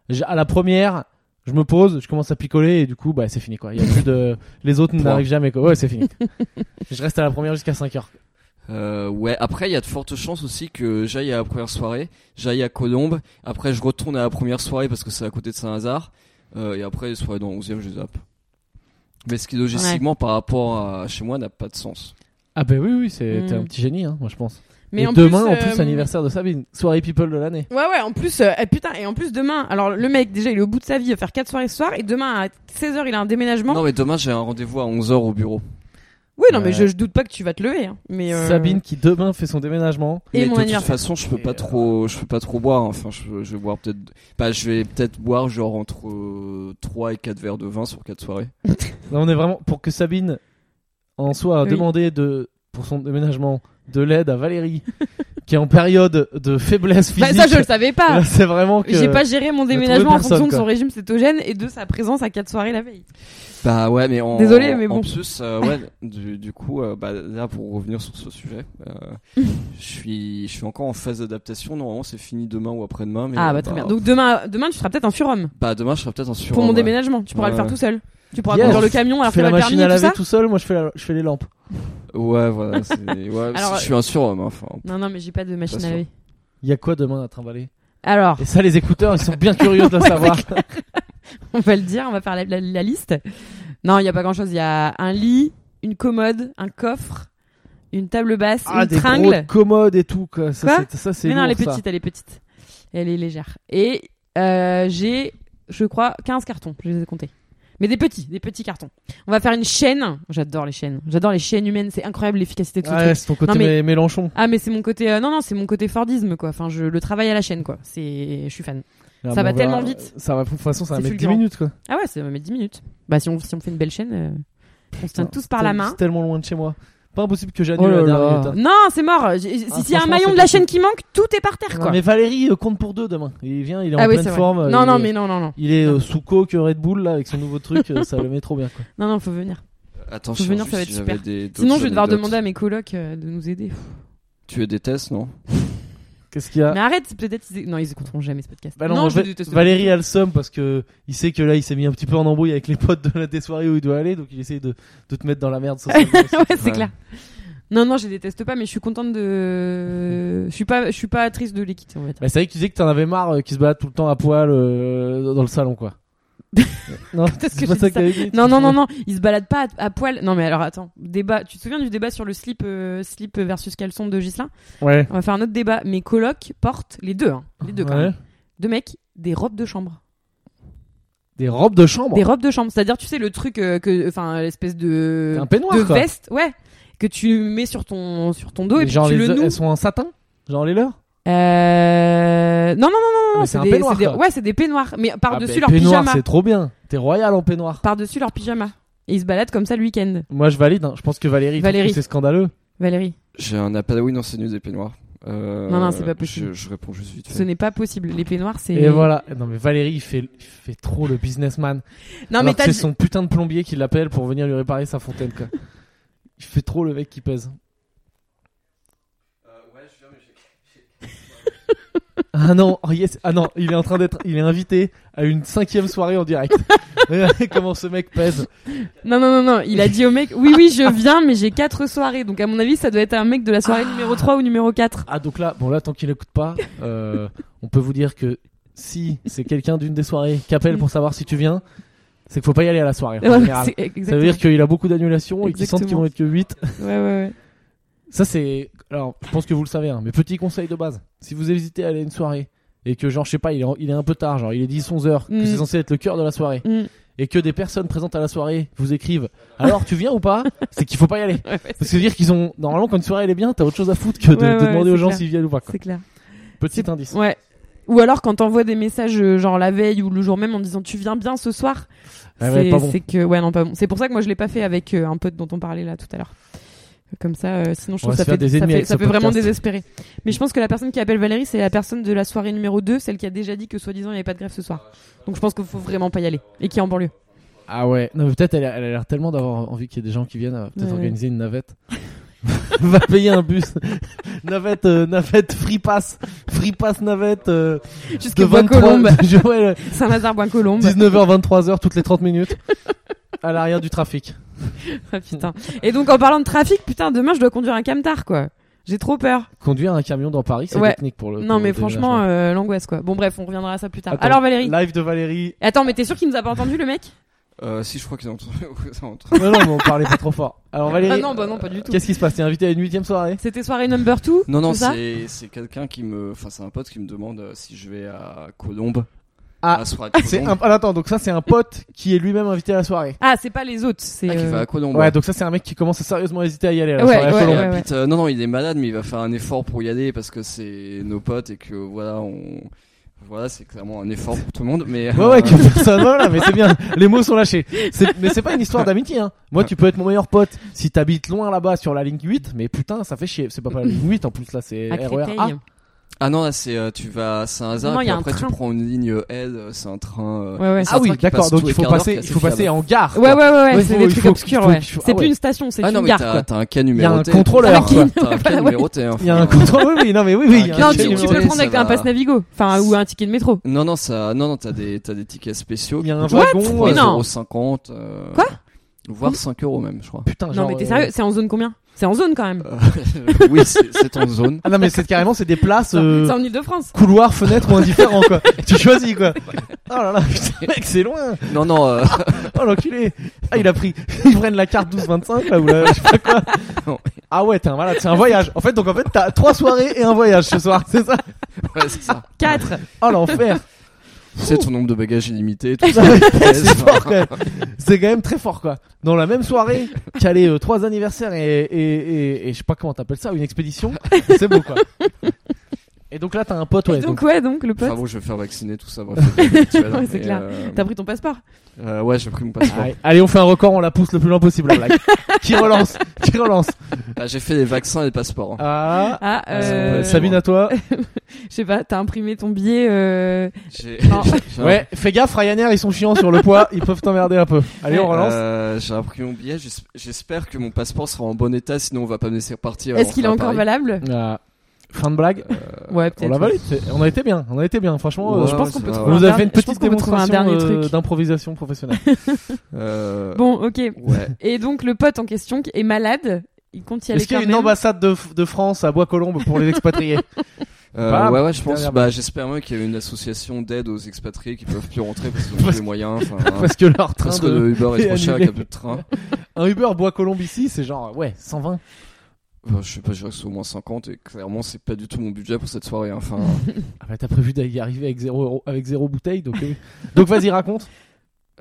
A: j'ai- À la première, je me pose, je commence à picoler et du coup, bah c'est fini quoi. Il y a plus de, les autres n'arrivent jamais quoi. Ouais, c'est
B: [laughs]
A: fini. je reste à la première jusqu'à 5 heures.
C: Euh, ouais, après, il y a de fortes chances aussi que j'aille à la première soirée, j'aille à Colombe, après je retourne à la première soirée parce que c'est à côté de Saint-Lazare, euh, et après les soirées dans le 11e, je zappe. Mais ce qui logistiquement par rapport à chez moi n'a pas de sens.
A: Ah bah oui, oui, c'est
B: Mm.
A: t'es un petit génie, hein, moi je pense.
B: Mais
A: et
B: en
A: demain,
B: plus,
A: en plus,
B: euh,
A: anniversaire de Sabine, soirée people de l'année.
B: Ouais, ouais, en plus, euh, eh, putain, et en plus demain, alors le mec, déjà, il est au bout de sa vie, il va faire quatre soirées ce soir, et demain à 16h, il a un déménagement.
C: Non, mais demain j'ai un rendez-vous à 11h au bureau.
B: oui, non, mais
A: Ouais.
B: je, je doute pas que tu vas te lever. hein. Mais, euh,
A: Sabine qui demain fait son déménagement.
B: Et
C: mais
B: mon
C: de toute
B: anniversaire.
C: façon, je peux
A: Et
C: pas
A: euh,
C: trop, je peux pas trop boire. Enfin, je, je vais boire peut-être, bah, je vais peut-être boire genre entre euh, 3 et 4 verres de vin sur 4 soirées.
A: Là, on est vraiment pour que Sabine en soit
B: Oui.
A: demandé de pour son déménagement de l'aide à Valérie [laughs] qui est en période de faiblesse
B: Bah,
A: physique.
B: ça, je le savais pas.
A: Là, c'est vraiment que.
B: J'ai pas géré mon
A: trouvé
B: déménagement en
A: personne,
B: fonction de
A: quoi.
B: son régime cétogène et de sa présence à quatre soirées la veille.
C: Bah ouais, mais en,
B: Désolé, mais
C: en
B: bon.
C: plus, euh, ouais, du, du coup, euh, bah, là, pour revenir sur ce sujet,
B: [laughs]
C: euh, je suis, je suis encore en phase d'adaptation. Normalement, c'est fini demain ou après-demain. mais,
B: Ah
C: euh,
B: bah très bien. Donc demain, demain tu seras peut-être un surhomme
C: bah, demain, je serai peut-être en sur.
B: pour mon déménagement. Tu pourras
C: Ouais,
B: le faire
C: ouais.
B: tout seul. Tu pourras
A: Yes.
B: conduire le camion
A: Je
B: alors que
A: fais la
B: t'as pas
A: machine
B: permis
A: à
B: et tout
A: laver
B: ça.
A: tout seul, moi je fais, la- je fais les lampes.
C: Ouais, voilà. c'est-
B: [laughs]
C: Ouais,
B: Alors,
C: je suis un surhomme. hein, Enfin,
B: Non non mais j'ai pas de machine
C: Pas
B: à
C: sûr.
B: laver.
A: Il y a quoi demain à trimballer
B: Alors
A: Et ça, les écouteurs, ils sont bien curieux de le
B: [laughs] Ouais,
A: savoir.
B: [laughs] on va le dire, on va faire la, la- la liste. Non il y a pas grand chose. Il y a un lit, une commode, un coffre, une table basse,
A: Ah,
B: une
A: des gros
B: tringle.
A: commodes et tout. Quoi. Ça,
B: Quoi
A: c'est- ça, c'est
B: Mais non
A: lourd,
B: elle est
A: ça.
B: petite, elle est petite, elle est légère. Et euh, j'ai je crois 15 cartons. Je les ai comptés. Mais des petits, des petits cartons. On va faire une chaîne. J'adore les chaînes. J'adore les chaînes humaines. C'est incroyable l'efficacité de ce
A: Ah
B: truc.
A: ouais, c'est ton côté
B: Non, mais-
A: Mé- Mélenchon.
B: Ah mais c'est mon côté euh, non non c'est mon côté Fordisme quoi. Enfin je le travaille à la chaîne quoi. C'est je suis fan.
A: Là,
B: Ça
A: bon,
B: va
A: on
B: tellement vite.
A: Ah, bah Ça va, de toute façon, ça va
B: C'est
A: mettre 10
B: fulgurant.
A: minutes. Quoi.
B: Ah ouais ça va mettre 10 minutes. Bah si on si on fait une belle chaîne euh, on se tient
A: Putain,
B: tous par la
A: C'est-
B: main.
A: C'est tellement loin de chez moi. Pas impossible que j'annule
B: Oh là
A: la
B: là.
A: dernière minute. hein.
B: Non c'est mort. J'ai- S'il y a un
A: franchement,
B: maillon
A: c'est
B: de la
A: possible.
B: chaîne qui manque tout est par terre quoi.
A: Non, mais Valérie euh, compte pour deux demain. Il vient, il est
B: ah
A: en
B: oui, c'est
A: pleine
B: vrai.
A: forme. euh,
B: non
A: il
B: non
A: est-
B: mais non non non
A: Il est euh, sous coke Red Bull là avec son nouveau truc, euh, ça le met trop bien. Quoi.
B: non non faut venir.
C: attends,
B: Faut
C: je
B: venir,
C: cherche
B: ça va
C: si
B: être
C: j'avais
B: super.
C: des- d'autres
B: Sinon je vais devoir
C: anecdotes.
B: demander à mes colocs euh, de nous aider.
C: Tu es des tests, non
A: Qu'est-ce qu'il y a
B: Mais arrête peut-être ils... non ils écouteront jamais ce podcast.
A: Bah non,
B: non
A: moi,
B: je
A: Va-
B: déteste.
A: Valérie a le seum parce que il sait que là il s'est mis un petit peu en embrouille avec les potes de la des soirées où il doit aller, donc il essaye de, de te mettre dans la merde.
B: [laughs]
A: socialement aussi.
B: ouais, c'est
C: Ouais.
B: clair. Non non je les déteste pas mais je suis contente de je suis pas je suis pas triste de les quitter on va dire.
A: Bah, c'est vrai que tu disais que t'en avais marre euh, qu'ils se battent tout le temps à poil euh, dans le salon
B: [laughs]
A: quoi. non,
B: Peut-être que
A: pas
B: j'ai dit
A: t'avais dit.
B: Non, non, non, non, il se balade pas à, à poil. Non, mais alors attends, débat. Tu te souviens du débat sur le slip, euh, slip versus caleçon de Gislin
A: Ouais.
B: On va faire un autre débat. Mes colocs portent les deux, hein, les deux quand
A: Ouais.
B: même. Deux mecs, des robes de chambre.
A: Des robes de chambre.
B: Des robes de chambre, c'est-à-dire, tu sais, le truc, euh, que, enfin, l'espèce de.
A: Un peignoir,
B: De
A: quoi.
B: veste, ouais, que tu mets sur ton, sur ton dos et
A: Mais
B: puis
A: genre
B: tu
A: les-
B: le noues.
A: elles sont en satin, genre les leurs.
B: Euh... Non, non, non, non, non,
A: Mais c'est
B: c'est
A: un
B: des,
A: peignoir,
B: c'est des-
A: quoi.
B: ouais, c'est des peignoirs, mais
A: Ah,
B: par-dessus
A: bah,
B: leur
A: peignoir,
B: pyjama.
A: c'est trop bien. T'es royal en peignoir.
B: Par-dessus leur pyjama. Et ils se baladent comme ça le week-end.
A: Moi je valide. hein. Je pense que Valérie, trouve
B: Valérie.
A: que c'est scandaleux.
B: Valérie,
C: J'ai un apadaouine enseigné des peignoirs. Euh,
B: Non, non, c'est pas possible.
C: Je, je réponds juste vite
B: ce
C: fait.
B: n'est pas possible. Les peignoirs, c'est.
A: Et, voilà. Non mais Valérie, il fait, il fait trop le businessman.
B: Non,
A: Alors
B: mais
A: que
B: t'as
A: c'est
B: dit-
A: son putain de plombier qui l'appelle pour venir lui réparer sa fontaine. Quoi. [laughs] il fait trop le mec qui pèse. [laughs] Ah non, oh yes, ah non, il est en train d'être, il est invité à une cinquième soirée en direct. [laughs] Regardez Comment ce mec pèse
B: Non, non, non, non. Il a dit au mec, oui,
A: [laughs]
B: oui, je viens, mais j'ai quatre soirées. Donc, à mon avis, ça doit être un mec de la soirée numéro 3 ou numéro 4.
A: Ah donc là, bon là, tant qu'il écoute pas, euh, on peut vous dire que si c'est quelqu'un d'une des soirées qui appelle pour savoir si tu viens, c'est qu'il faut pas y aller à la soirée. En général.
B: [laughs] C'est-
A: Ça veut
B: exactement.
A: dire qu'il a beaucoup d'annulations et qu'ils sentent qu'ils
B: Exactement.
A: vont être que 8.
B: Ouais, ouais, ouais.
A: Ça, c'est. Alors, je pense que vous le savez, hein, mais petit conseil de base. Si vous hésitez à aller à une soirée et que, genre, je sais pas, il est, en- il est un peu tard, genre, il est 10-11 heures,
B: Mm.
A: que c'est censé être le cœur de la soirée,
B: Mm.
A: et que des personnes présentes à la soirée vous écrivent Alors, tu viens ou pas C'est qu'il faut pas y aller.
B: Ouais, ouais,
A: Parce que dire qu'ils ont. Normalement, quand une soirée elle est bien, t'as autre chose à foutre que de,
B: Ouais, ouais,
A: de demander
B: c'est
A: aux gens
B: clair.
A: s'ils viennent ou pas. quoi.
B: C'est clair.
A: Petit indice.
B: Ouais. Ou alors, quand t'envoies des messages, euh, genre la veille ou le jour même, en disant tu viens bien ce soir,
A: Ah ouais,
B: c'est
A: pas bon.
B: c'est que. Ouais, non, pas bon. C'est pour ça que moi, je l'ai pas fait avec euh, un pote dont on parlait là tout à l'heure. Comme ça, euh, sinon je
A: On va
B: trouve
A: se
B: ça
A: faire
B: fait,
A: des
B: ça
A: ennemis
B: fait,
A: avec
B: ça
A: ce
B: fait vraiment
A: podcast.
B: désespéré. Mais je pense que la personne qui appelle Valérie, c'est la personne de la soirée numéro 2, celle qui a déjà dit que soi-disant il n'y avait pas de grève ce soir. Donc je pense qu'il faut vraiment pas y aller. Et qui est en banlieue.
A: Ah ouais. Non, mais peut-être elle a elle a l'air tellement d'avoir envie qu'il y ait des gens qui viennent. elle va Peut-être
B: Ouais.
A: organiser une navette. [laughs] Va payer un bus. [laughs] navette, euh, navette, free pass. Free pass navette. euh,
B: Jusqu'à
A: de
B: Bois
A: 23
B: Colombe.
A: Je- [laughs] ouais,
B: Saint-Lazare, Bois Colombe.
A: 19h, 23h, toutes les 30 minutes. À l'arrière du trafic.
B: Ah, putain. Et donc en parlant de trafic, putain, demain je dois conduire un camtar quoi. J'ai trop peur.
A: Conduire un camion dans Paris, c'est
B: Ouais.
A: technique pour le. pour
B: Non
A: le
B: mais franchement
A: déménagement.
B: euh, l'angoisse quoi. Bon bref, on reviendra à ça plus tard.
A: Attends,
B: Alors Valérie.
A: Live de Valérie.
B: Attends, mais t'es sûr qu'il nous a pas entendu le mec
C: Euh, si je crois qu'ils ont [laughs] ont entendu.
A: Non, non, mais on parlait pas trop fort. Alors Valérie.
B: Ah non, bah non, pas du tout.
A: Qu'est-ce qui se passe T'es invité à une huitième soirée
B: C'était soirée number 2
C: Non, non,
B: c'est ça
C: c'est c'est quelqu'un qui me. Enfin, c'est un pote qui me demande euh, si je vais à Colombe.
A: Ah,
C: à la soirée de
A: C'est
C: Colombe.
A: un... ah, Attends, donc ça c'est un pote qui est lui-même invité à la soirée.
B: Ah, c'est pas les autres, c'est
C: Ah, qui
B: euh,
C: va à Colombe.
A: Ouais, donc ça c'est un mec qui commence à sérieusement hésiter à y aller à la
B: Ouais,
A: soirée à
B: ouais,
A: Colombe.
C: Il
B: ouais.
C: habite, euh, non, non, il est malade, mais il va faire un effort pour y aller parce que c'est nos potes et que voilà, on. Voilà, c'est clairement un effort pour tout le monde, mais
A: [laughs] Ouais, ouais, que personne, voilà, mais c'est bien, les mots sont lâchés. C'est- Mais c'est pas une histoire d'amitié, hein. Moi, tu peux être mon meilleur pote si t'habites loin là-bas sur la ligne 8, mais putain, ça fait chier. C'est pas, pas la ligne 8, en plus, là, c'est
B: à
A: RER
B: Créteil.
A: A.
C: ah non, là c'est euh, tu vas c'est un hasard
B: Non, il
C: et puis
B: y a un
C: après tu
B: train.
C: prends une ligne euh, L, euh, c'est un train euh,
B: Ouais, ouais.
C: c'est un
A: Ah oui,
C: train qui passe
A: d'accord, donc
C: tous les
A: il faut
C: quarts d'heure
A: passer,
C: qui est
A: il
C: assez
A: faut passer
C: fiable.
A: en gare.
B: Ouais, ouais,
A: quoi.
B: ouais,
A: Ouais,
B: c'est
A: faut-
B: des
A: il
B: trucs
A: faut-
B: obscurs,
A: faut-
B: ouais.
A: faut-
B: C'est
A: ah
B: plus
A: ouais.
B: une station, c'est
C: Ah non,
B: une
C: mais
B: gare,
C: t'as
B: quoi.
C: t'as un cas numéroté.
A: un contrôleur,
C: T'as un-
B: quoi.
C: T'as un
B: [laughs]
C: cas
B: Ouais.
C: numéroté. hein,
A: Il y a un
C: faut-
A: contrôle, oui, oui, non, mais oui, oui. il y a un
B: Ah, Non,
A: ticket
B: tu, tu
A: numéroté.
B: peux
C: ça
B: prendre avec un
C: va.
B: pass Navigo, enfin, ou un ticket de métro.
C: Non, non, ça, non, non, t'as des, t'as des tickets spéciaux.
A: Il y a un
C: Genre
A: wagon.
B: Mais
A: euh,
B: non.
C: 3,50, euh,
B: Quoi
C: Voire 5 euros même, je crois.
A: Putain,
B: Non,
A: genre,
B: mais t'es
A: euh,
B: sérieux, c'est en zone combien C'est en zone quand même.
C: Euh, oui, c'est c'est en zone.
A: Ah non, mais c'est carrément, c'est des places.
B: C'est en-
A: euh,
B: c'est en Ile-de-France.
A: couloir, fenêtre ou indifférent quoi. tu choisis
B: [laughs]
A: quoi. Oh là là, putain, mec, c'est loin.
C: [laughs] Non, non, euh,
A: Oh l'enculé. Ah, il a pris [laughs] ils prennent la carte 12 25 là ou là, je sais pas quoi.
C: Non.
A: Ah ouais, t'es un malade, c'est un voyage. En fait, donc en fait, t'as trois soirées et un voyage ce soir, c'est ça
C: [laughs] ouais, c'est [laughs] ça.
B: 4.
A: Oh l'enfer.
C: Tu sais, ton nombre de bagages illimité,
B: [laughs]
C: tout ça.
A: c'est fort quand même. C'est quand même très fort quoi. Dans la même soirée, t'as les euh, trois anniversaires et et, et, et je sais pas comment t'appelles ça, une expédition. C'est beau quoi. Et donc là, t'as un pote ouais.
B: donc, ouais, donc, le
C: Enfin
B: pote.
C: bon, je vais faire vacciner tout ça. Bref,
B: [laughs]
C: c'est habituel,
B: Ouais, c'est
C: mais,
B: clair.
C: euh,
B: T'as pris ton passeport
C: euh, ouais, j'ai pris mon passeport.
A: Allez, Allez, on fait un record, on la pousse le plus loin possible la [laughs] blague. qui relance Qui relance
C: Bah, j'ai fait les vaccins et les passeports. hein.
A: Ah,
B: Ah,
A: euh,
B: euh,
A: Sabine à toi.
B: je sais pas, t'as imprimé ton billet, euh,
C: J'ai-
B: Non.
C: [laughs] j'ai-
A: Ouais, fais gaffe, Ryanair, ils sont chiants sur le poids, ils peuvent t'emmerder un peu. Allez, on relance.
C: Euh, j'ai imprimé mon billet. j'es- J'espère que mon passeport sera en bon état, sinon on va pas me laisser repartir.
B: est-ce qu'il est encore
C: valable
B: valable
A: Ah, fin de blague.
C: Euh,
B: Ouais,
A: on
B: peut-être.
A: l'a valide. c'est- On a été bien, on a été bien. Franchement,
C: Ouais,
A: euh,
B: Je pense qu'on
C: ça
B: peut
C: va.
A: on
B: trouver
A: nous
B: un
A: a fait une
B: dernier- je pense
A: petite
B: qu'on peut trouver
A: démonstration
B: un dernier
A: euh,
B: truc.
A: d'improvisation professionnelle.
C: euh...
B: Bon, ok.
C: Ouais.
B: Et donc, le pote en question qui est malade, il compte y aller
A: Est-ce qu'il y a
B: quand
A: une
B: même.
A: ambassade de, de France à Bois-Colombes pour les expatriés
C: Euh,
A: Pas
C: ouais, ouais, je pense.
A: derrière.
C: Bah, j'espère même qu'il y a une association d'aide aux expatriés qui peuvent plus
A: [laughs]
C: rentrer parce qu'ils ont
A: Parce-
C: plus les moyens. Enfin, hein.
A: Parce que leur train
C: parce que
A: de...
C: le Uber
A: est
C: est trop cher et
A: annulé.
C: qu'il n'y a plus de train.
A: Un Uber Bois-Colombes ici, c'est genre, ouais, 120.
C: Enfin, je sais pas, je dirais que c'est au moins 50 et clairement, c'est pas du tout mon budget pour cette soirée. hein. Enfin,
A: Ah bah t'as prévu d'y arriver avec zéro, euro- avec zéro bouteille, donc... euh, donc vas-y, raconte.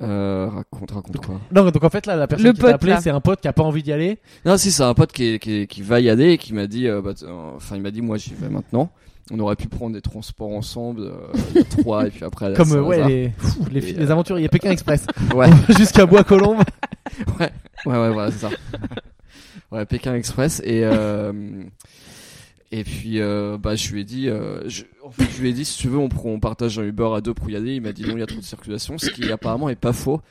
C: euh, raconte, raconte quoi.
A: Non, donc en fait là, la personne
B: Le
A: qui t'a
B: pote,
A: appelé,
B: là.
A: c'est un pote qui a pas envie d'y aller.
C: Non, si, c'est un pote qui, est- qui, est- qui va y aller et qui m'a dit, euh, bah, t- euh, enfin, il m'a dit, moi, j'y vais maintenant. On aurait pu prendre des transports ensemble, euh, il y a trois et puis après. à la
A: Comme euh,
C: Saint-Lazare.
A: ouais, les, pfff, les,
C: Et,
A: les
C: euh,
A: aventuriers Pékin Express
C: ouais,
A: [laughs] jusqu'à Bois-Colombes.
C: Ouais, ouais,
A: [laughs]
C: voilà, c'est ça. ouais, Pékin Express. Et, euh, et puis, euh, bah, je lui ai dit, euh, je, en fait, je lui ai dit, si tu veux, on, prend, on partage un Uber à deux pour y aller. Il m'a dit non, il y a trop de circulation, ce qui apparemment est pas faux.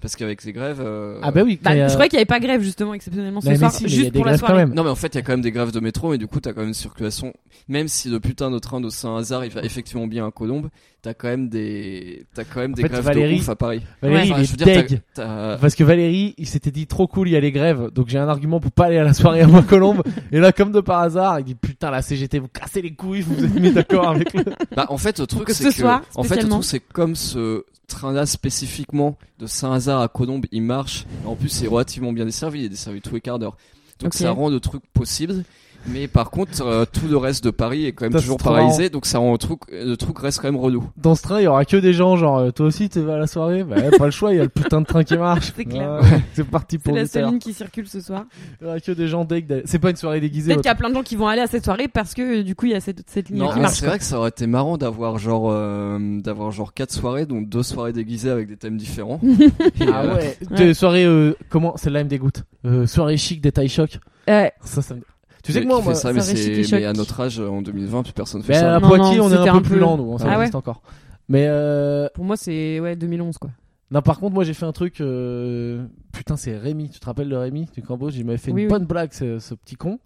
C: Parce qu'avec les grèves. euh,
A: Ah bah oui.
B: Bah,
A: mais, euh,
B: je croyais qu'il y avait pas grève, justement, exceptionnellement
A: mais
B: ce soir,
A: si, mais il y a
B: juste
A: des
B: pour la
A: grèves quand
B: soirée.
A: même.
C: Non, mais en fait, il y a quand même des grèves de métro, et du coup, t'as quand même une circulation. Même si le putain de train de Saint-Lazare, il va effectivement bien à Colombe, t'as quand même des, t'as quand même des
A: fait,
C: grèves
A: Valérie-
C: de ouf à Paris.
A: Valérie,
C: Enfin,
A: il est
C: je veux dire, t'as-
A: deg.
C: t'as-
A: Parce que Valérie, il s'était dit trop cool, il y a les grèves, donc j'ai un argument pour pas aller à la soirée à [laughs] Bois-Colombes. et là, comme de par hasard, il dit putain, la CGT, vous cassez les couilles, vous vous êtes mis d'accord avec le.
C: Bah, en fait, le truc,
B: que
C: c'est
B: ce
C: que,
B: soir,
C: en fait, le
B: spécialement.
C: truc, c'est que comme ce train-là spécifiquement de Saint-Lazare à Colombes, il marche. En plus, c'est relativement bien desservi. Il est desservi tous les quarts d'heure. Donc,
B: Ok.
C: ça rend le truc possible. Mais par contre, euh, tout le reste de Paris est quand même
A: Putain,
C: toujours
A: c'est trop
C: paralysé. Donc, ça rend le truc, le truc reste quand même relou.
A: [laughs] Dans ce train, il y aura que des gens genre euh, toi aussi, tu vas à la soirée. Bah ouais, pas le choix, il y a le putain de train qui marche.
B: [laughs] C'est clair.
A: Ah, ouais, c'est parti
B: C'est
A: pour
B: la
A: le
B: seule
A: terre.
B: ligne qui circule ce soir.
A: Il y aura que des gens deg. d'aller- C'est pas une soirée déguisée.
B: Peut-être
A: votre-
B: qu'il y a plein de gens qui vont aller à cette soirée parce que euh, du coup il y a cette, cette ligne
C: Non,
B: qui
C: mais
B: marche.
C: c'est vrai que ça aurait été marrant d'avoir genre, euh, d'avoir genre quatre soirées, dont deux soirées déguisées avec des thèmes différents. Et,
A: Ah
C: euh,
A: ouais.
B: Ouais.
A: Des soirées euh, comment Celle-là, elle me dégoûte. Euh, soirée chic, détail choc.
B: Euh,
A: Ça, ça me- Tu sais que
C: qui
A: moi,
C: fait
A: moi,
C: ça, mais,
B: ça reste
C: c'est-
B: chic et choc.
C: mais à notre âge, en 2020, plus personne fait
A: Ben,
C: ça.
A: à
B: Non,
A: Poitiers,
B: non,
A: on est un
B: c'était
A: peu,
B: un
A: plus
B: peu-
A: lent, nous. hein, Ça
B: Ah ouais.
A: existe encore. Mais euh...
B: pour moi c'est ouais 2011 quoi.
A: non, par contre, moi, j'ai fait un truc. euh, Putain, c'est Rémi. Tu te rappelles de Rémi du Cambodge Il m'avait fait
B: Oui,
A: une
B: oui.
A: bonne blague, ce, ce petit con.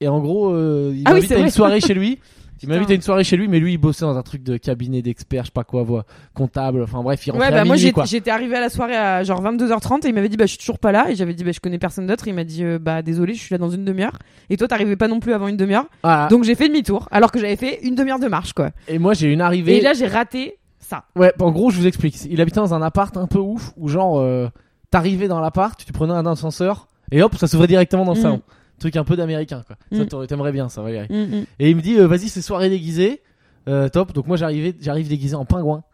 A: Et en gros, euh, il
B: Ah oui,
A: m'invite
B: c'est
A: à une
B: vrai.
A: soirée chez
B: [laughs]
A: lui. Il m'invite
B: Putain.
A: à une soirée chez lui, mais lui, il bossait dans un truc de cabinet d'experts, je sais pas quoi, voix, comptable. Enfin bref, il rentrait
B: Ouais
A: à
B: bah moi
A: minuit,
B: j'ai-
A: quoi.
B: j'étais arrivé à la soirée à genre 22h30 et il m'avait dit bah je suis toujours pas là et j'avais dit bah je connais personne d'autre et il m'a dit euh, bah désolé je suis là dans une demi-heure et toi t'arrivais pas non plus avant une demi-heure
A: Ah,
B: donc j'ai fait demi-tour alors que j'avais fait une demi-heure de marche quoi.
A: Et moi, j'ai une arrivée.
B: Et là j'ai raté ça.
A: Ouais, en gros, je vous explique. Il habitait dans un appart un peu ouf où, genre, euh, t'arrivais dans l'appart, tu prenais un ascenseur et hop, ça s'ouvrait directement dans le
B: Mhm.
A: salon. Truc un peu d'américain, quoi. Ça,
B: Mhm.
A: t'aurais- t'aimerais bien, ça, Valérie.
B: Mm, mm.
A: Et il me dit, euh, vas-y, c'est soirée déguisée. Euh, top. Donc, moi, j'arrivais, j'arrive déguisé en
B: [laughs]
A: pingouin.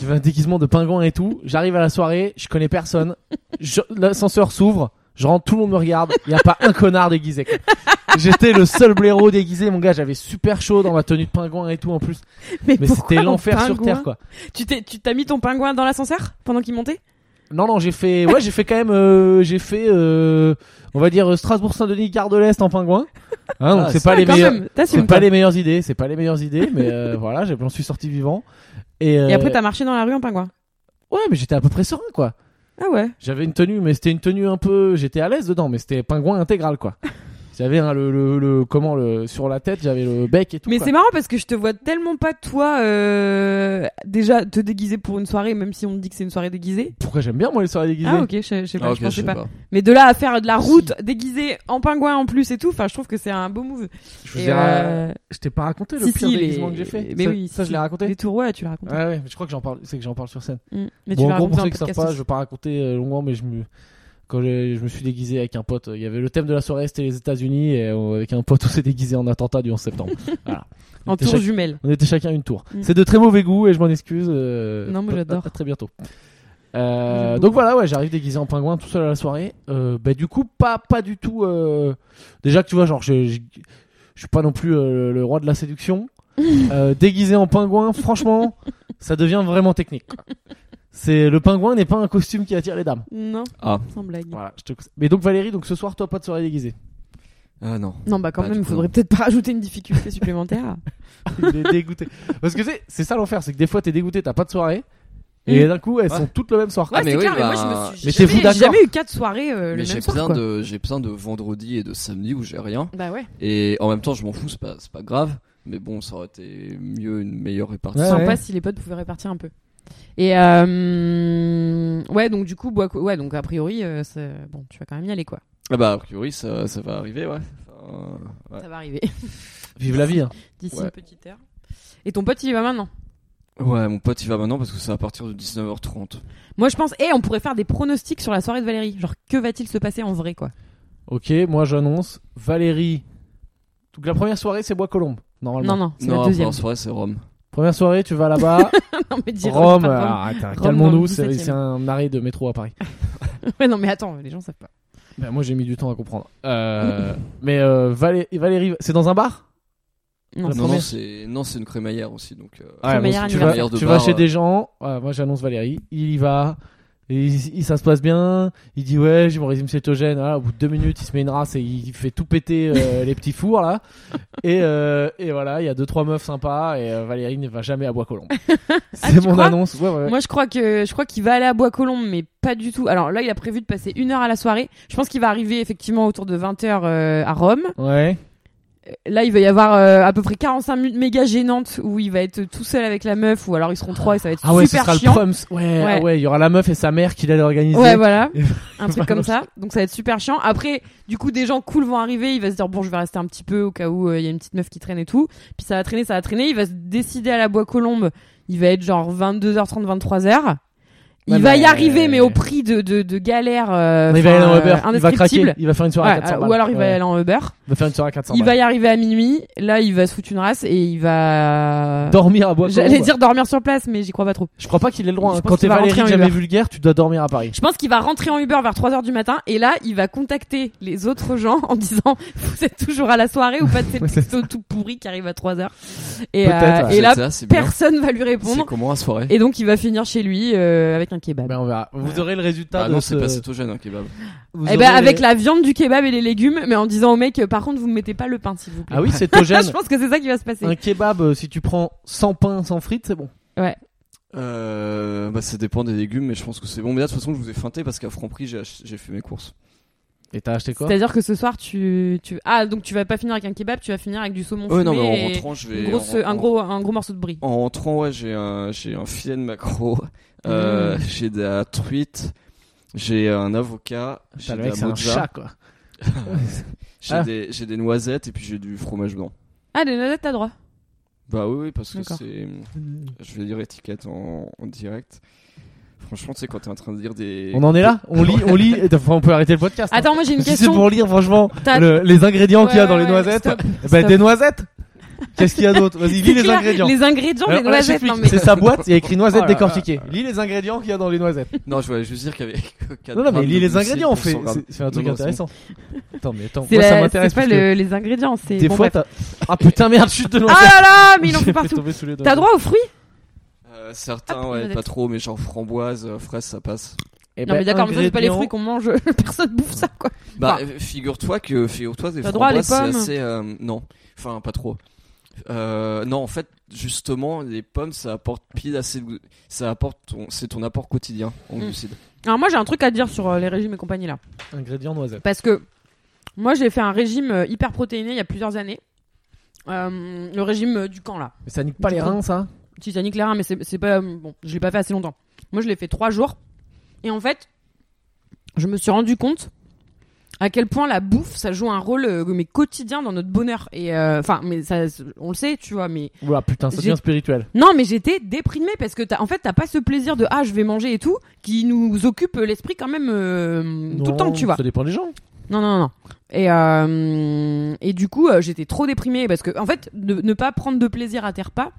A: J'avais un déguisement de pingouin et tout. J'arrive à la soirée, je connais personne. Je- L'ascenseur s'ouvre, je rentre, tout le monde me regarde. Il n'y a pas un connard déguisé, quoi. J'étais le seul blaireau déguisé, mon gars. J'avais super chaud dans ma tenue de pingouin et tout en plus.
B: Mais,
A: Mais
B: pourquoi
A: c'était
B: un
A: l'enfer sur
B: pingouin
A: terre, quoi.
B: Tu t'es, tu t'as mis ton pingouin dans l'ascenseur pendant qu'il montait
A: Non, non, j'ai fait. Ouais, j'ai fait quand même. euh, j'ai fait. euh, on va dire euh, Strasbourg-Saint-Denis, Gare de l'Est en pingouin. Hein, donc
C: Ah,
A: c'est
C: ça,
A: pas les
B: quand
A: meilleurs.
B: même, t'assumes,
A: C'est pas
B: quoi.
A: les meilleures idées. C'est pas les meilleures idées, mais euh, [laughs] voilà, j'ai- j'en suis sorti vivant. Et, euh,
B: Et après, t'as marché dans la rue en pingouin.
A: ouais, mais j'étais à peu près serein, quoi.
B: Ah ouais.
A: J'avais une tenue, mais c'était une tenue un peu. J'étais à l'aise dedans, mais c'était pingouin intégral, quoi. J'avais hein, le, le, le- comment le sur la tête, j'avais le bec et tout.
B: Mais
A: quoi.
B: c'est marrant parce que je te vois tellement pas toi euh, déjà te déguiser pour une soirée, même si on me dit que c'est une soirée déguisée.
A: pourquoi j'aime bien moi les soirées déguisées.
B: Ah ok, je, je sais pas,
C: Ah,
B: je
C: ok,
B: pensais pas.
C: pas.
B: Mais de là à faire de la route déguisée en pingouin en plus et tout, enfin je trouve que c'est un beau move.
A: Je vous
B: Et,
A: ai ra-
B: euh,
A: je t'ai pas raconté le
B: si,
A: pire
B: si, les-
A: déguisement que j'ai fait.
B: mais
A: ça,
B: oui,
A: ça
B: si,
A: je l'ai
B: si.
A: raconté.
B: Les tours, ouais, tu l'as raconté.
A: Ouais, ouais, mais je crois que j'en parle, c'est que j'en parle sur scène.
B: Mm. Mais
A: bon,
B: tu
A: en
B: l'as
A: gros, pour ceux
B: raconté
A: qui
B: dans le
A: savent
B: podcast
A: pas,
B: aussi.
A: je vais pas raconter euh, longuement, mais je me, quand j'ai- je me suis déguisé avec un pote, il y avait le thème de la soirée, c'était les États-Unis, et on- avec un pote, on s'est déguisé en attentat du 11
B: [laughs]
A: septembre. voilà. On
B: En
A: était
B: tour
A: chac-
B: jumelle.
A: on était chacun une tour.
B: Mm.
A: C'est de très mauvais goût et je m'en excuse. euh,
B: Non, moi,
A: à-
B: j'adore.
A: À, très bientôt.
B: Moi,
A: Euh,
B: j'aime
A: donc
B: beaucoup.
A: voilà, ouais, j'arrive déguisé en pingouin tout seul à la soirée. Euh, bah, du coup, pas, pas du tout. euh, Déjà que tu vois, genre, je, je, je suis pas non plus euh, le roi de la
B: [laughs]
A: séduction. Euh, déguisé en pingouin, franchement, ça devient vraiment technique. quoi. C'est le pingouin n'est pas un costume qui attire les dames.
B: Non,
C: Ah.
B: sans blague.
A: Voilà, je te... conseille. Mais donc Valérie, donc ce soir, toi, pas de soirée déguisée.
C: Ah non.
B: Non, bah quand
C: Bah,
B: même,
C: du
B: il
C: coup,
B: faudrait peut-être pas rajouter une difficulté [laughs] supplémentaire.
A: Il est dégoûté. Parce que tu sais, c'est ça l'enfer, c'est que des fois t'es dégoûté, t'as pas de soirée, et
B: Mm.
A: d'un coup elles
C: Ouais.
A: sont toutes le même soir. quoi.
B: Ouais,
C: Ah, mais
B: c'est
C: oui,
B: clair, mais
C: bah,
B: moi je me suis
A: mais t'es fou
B: jamais, j'ai
A: d'accord.
B: jamais eu quatre soirées euh, le
C: mais j'ai
B: même soir.
C: besoin
B: quoi.
C: de j'ai besoin de vendredi et de samedi où j'ai rien
B: Bah ouais.
C: et en même temps je m'en fous c'est pas c'est pas grave mais bon ça aurait été mieux une meilleure
A: Ouais,
C: répartition.
B: sympa
A: ouais.
B: si les potes pouvaient répartir un peu. Et euh, ouais, donc du coup, bois- ouais, donc a priori, euh, c'est- bon, tu vas quand même y aller quoi.
C: Ah bah a priori ça ça va arriver ouais. Enfin, ouais.
B: Ça va arriver
A: Vive la vie. hein.
B: [laughs] d'ici
C: Ouais.
B: une petite heure. Et ton pote, il y va maintenant.
C: Ouais, mon pote il va maintenant parce que c'est à partir de 19h30.
B: Moi, je pense, et on pourrait faire des pronostics sur la soirée de Valérie. Genre, que va-t-il se passer en vrai quoi
A: Ok, moi j'annonce Valérie. Donc la première soirée c'est Bois Colombe, normalement.
B: Non, non, c'est
C: non,
B: la deuxième.
C: première soirée c'est Rome.
A: Première soirée, tu vas là-bas,
B: [laughs] non, mais dis
A: Rome.
B: pas
A: alors,
B: Rome.
A: Ah, attends,
B: Rome dans
A: calmons-nous,
B: le
A: c'est
B: 17e.
A: c'est un arrêt de métro à Paris.
B: Ouais, non, mais attends, les gens savent pas.
A: [laughs] Ben, moi j'ai mis du temps à comprendre. Euh, [laughs] mais euh, Valé- Valérie, c'est dans un bar
B: Non,
A: La
C: Non, non,
A: première.
C: c'est non, c'est une crémaillère aussi donc euh,
A: Ouais,
B: Première
A: bon, tu vas,
C: anniversaire de
A: tu vas
C: bar,
A: chez
C: euh.
A: des gens. Ouais, moi j'annonce Valérie, il y va. Et il- il- ça se passe bien, il dit ouais j'ai mon régime cétogène, Ah, au bout de deux minutes il se met une race et il fait tout péter [laughs] euh, les petits fours là. Et, euh, et voilà, il y a deux trois meufs sympas et euh, Valérie ne va jamais à Bois
B: [laughs]
A: Colombe. C'est
B: Ah, tu
A: mon
B: crois
A: annonce. Ouais, ouais, ouais.
B: Moi, je crois que je crois qu'il va aller à Bois Colombes, mais pas du tout. Alors là, il a prévu de passer une heure à la soirée. Je pense qu'il va arriver effectivement autour de 20 h à Rome.
A: Ouais.
B: Euh, Là, il va y avoir euh, à peu près 45 minutes méga gênantes où il va être tout seul avec la meuf, ou alors ils seront trois et ça va être
A: Ah ouais, ce
B: super
A: sera
B: chiant.
A: le prums. Ouais, ah ouais,
B: Ouais.
A: il y aura la meuf et sa mère qui l'a organisé.
B: Ouais, voilà,
A: Et- [laughs]
B: un truc comme ça. Donc ça va être super chiant. Après, du coup, des gens cool vont arriver. Il va se dire bon, je vais rester un petit peu au cas où euh, il y a une petite meuf qui traîne et tout. Puis ça va traîner, ça va traîner. Il va se décider à la Bois Colombe. Il va être genre 22h30, 23h. Il
A: Ouais,
B: va
A: mais-
B: y arriver, mais au prix de, de, de galères euh,
A: il va aller en
B: enfin,
A: Uber, il
B: euh,
A: va craquer,
B: indescriptibles.
A: il va faire une soirée à
B: Ouais,
A: 400
B: euh,
A: balles.
B: ou alors il va
A: Ouais.
B: aller en Uber.
A: Il va faire une soirée à 400
B: Il va
A: balles.
B: y arriver à minuit. Là, il va se foutre une race et il va.
A: dormir à Bois Colombe.
B: J'allais dire dormir sur place, mais j'y crois pas trop.
A: Je crois pas qu'il ait le droit.
B: Je
A: hein.
B: pense
A: Quand
B: qu'il
A: t'es
B: va
A: Valérie
B: rentrer en
A: jamais
B: Uber.
A: vulgaire, tu dois dormir à Paris.
B: Je pense qu'il va rentrer en Uber vers 3h du matin et là, il va contacter les autres gens en disant [laughs] Vous êtes toujours à la soirée ou pas de ces textos tout pourris qui arrivent à 3h Et, euh,
A: Peut-être,
B: et là,
C: c'est ça, c'est bien.
B: personne va lui
C: C'est
B: répondre.
C: comment la soirée
B: Et donc, il va finir chez lui euh, avec un kebab.
A: Ben, on verra. Vous aurez le résultat
C: Ah
A: de
C: non,
A: ce. Eh
C: c'est pas cétogène un kebab.
A: Vous
B: et ben,
A: aurez
B: avec
A: les-
B: la viande du kebab et les légumes, mais en disant au mec euh, Par contre, vous me mettez pas le pain, s'il vous plaît.
A: Ah oui, c'est
B: Je
A: cétogène.
B: pense que c'est ça qui va se passer.
A: Un kebab, euh, si tu prends sans pain, sans frites, c'est bon.
C: Euh, bah ça dépend des légumes mais je pense que c'est bon mais là de toute façon je vous ai feinté parce qu'à Franprix j'ai ach- j'ai fait mes courses.
A: Et t'as acheté quoi
B: C'est-à-dire que ce soir, tu, tu. Ah, donc tu vas pas finir avec un kebab, tu vas finir avec du saumon fumé.
C: Ouais, Euh, non, mais en
B: et
C: rentrant, je vais.
B: une grosse-
C: en-
B: un,
C: en-
B: gros, un gros morceau de brie.
C: En rentrant, ouais, j'ai un, j'ai un filet de maquereau, [laughs] euh,
A: Mmh.
B: Mm.
C: j'ai de la truite, j'ai un avocat,
A: Putain,
C: j'ai de
A: le
C: la
A: mec, c'est un
C: mozza,
A: chat, quoi.
C: j'ai
A: Ah.
C: des, j'ai des noisettes et puis j'ai du fromage blanc.
B: Ah, des noisettes, t'as droit.
C: Bah oui, oui, parce que
B: D'accord.
C: c'est. Je vais lire étiquette en, en direct. Franchement, tu sais, quand t'es en train de lire des.
A: On en est là On lit, on lit. et enfin, on peut arrêter le podcast. hein.
B: Attends,
C: [laughs]
B: moi j'ai une
A: Si c'est
B: question.
A: pour lire, franchement,
B: T'as-
A: le- les ingrédients qu'il y a
B: Ouais,
A: dans
B: ouais,
A: les noisettes.
B: stop,
A: Eh ben,
B: stop.
A: des noisettes Qu'est-ce qu'il y a d'autre Vas-y, lis
B: C'est
A: les
B: clair,
A: ingrédients.
B: Les ingrédients,
A: Alors,
B: les
A: là, j'ai
B: noisettes.
A: fui.
B: Non, mais...
A: C'est sa boîte, il y a écrit noisettes
C: Oh là là.
A: décortiquées. Lis les ingrédients qu'il y a dans les noisettes.
C: Non, je voulais juste dire qu'il y avait que quatre
A: Non, non, mais
C: grammes
A: lis
C: de
A: les
C: glucides
A: ingrédients, on
C: pour
A: fait.
C: 100 grammes.
A: C'est c'est un truc
C: Non, non,
A: intéressant. Attends, mais attends,
B: C'est
A: moi ça
B: la-
A: m'intéresse.
B: c'est pas
A: parce que
B: le- les ingrédients, c'est.
A: Des
B: bon,
A: fois,
B: bref.
A: t'as. Ah putain, merde, chute de
B: Ah
A: noisettes.
B: là
A: [laughs]
B: là, mais il en
A: J'ai
B: faut partout.
A: tomber sous les deux.
B: T'as droit aux fruits
A: Ah,
C: Euh, certains,
B: Hop,
C: ouais,
B: noisette.
C: pas trop, mais genre framboise, euh, fraise, ça passe.
A: Eh
B: Non,
A: ben,
B: mais d'accord, mais ça, c'est pas les
A: ingrédients.
B: fruits qu'on mange. euh, [laughs] Personne bouffe ça, quoi. Bah.
C: Bah, euh, figure-toi que, figure-toi, des
B: T'as droit à
C: framboises, c'est
B: les pommes
C: assez, euh, non. Enfin, pas trop. Euh, non, en fait, justement, les pommes, ça apporte pile assez de glu- ça apporte ton, c'est ton apport quotidien en
B: Mm.
C: glucides.
B: Alors, moi, j'ai un truc à dire sur euh, les régimes et compagnie, là.
A: Ingrédients noisettes.
B: Parce que moi, j'ai fait un régime euh, hyper protéiné il y a plusieurs années. Euh, le régime euh, du camp, là.
A: Mais ça nique pas les reins, ça
B: Si ça nique les reins, mais c'est c'est pas. euh, Bon, je l'ai pas fait assez longtemps. Moi, je l'ai fait trois jours. Et en fait, je me suis rendu compte à quel point la bouffe, ça joue un rôle euh, mais quotidien dans notre bonheur. Et euh, enfin, mais ça, on le sait, tu vois, mais
A: Oula, putain, ça
B: J'ai-
A: devient spirituel.
B: non, mais j'étais déprimée parce que t'as, en fait, t'as pas ce plaisir de ah, je vais manger et tout qui nous occupe l'esprit quand même euh, tout
A: Non,
B: le temps, tu vois.
A: Ça dépend des gens.
B: Non, non, non, non. Et, euh, et du coup, euh, j'étais trop déprimée parce que, en fait, ne, ne pas prendre de plaisir à tes repas,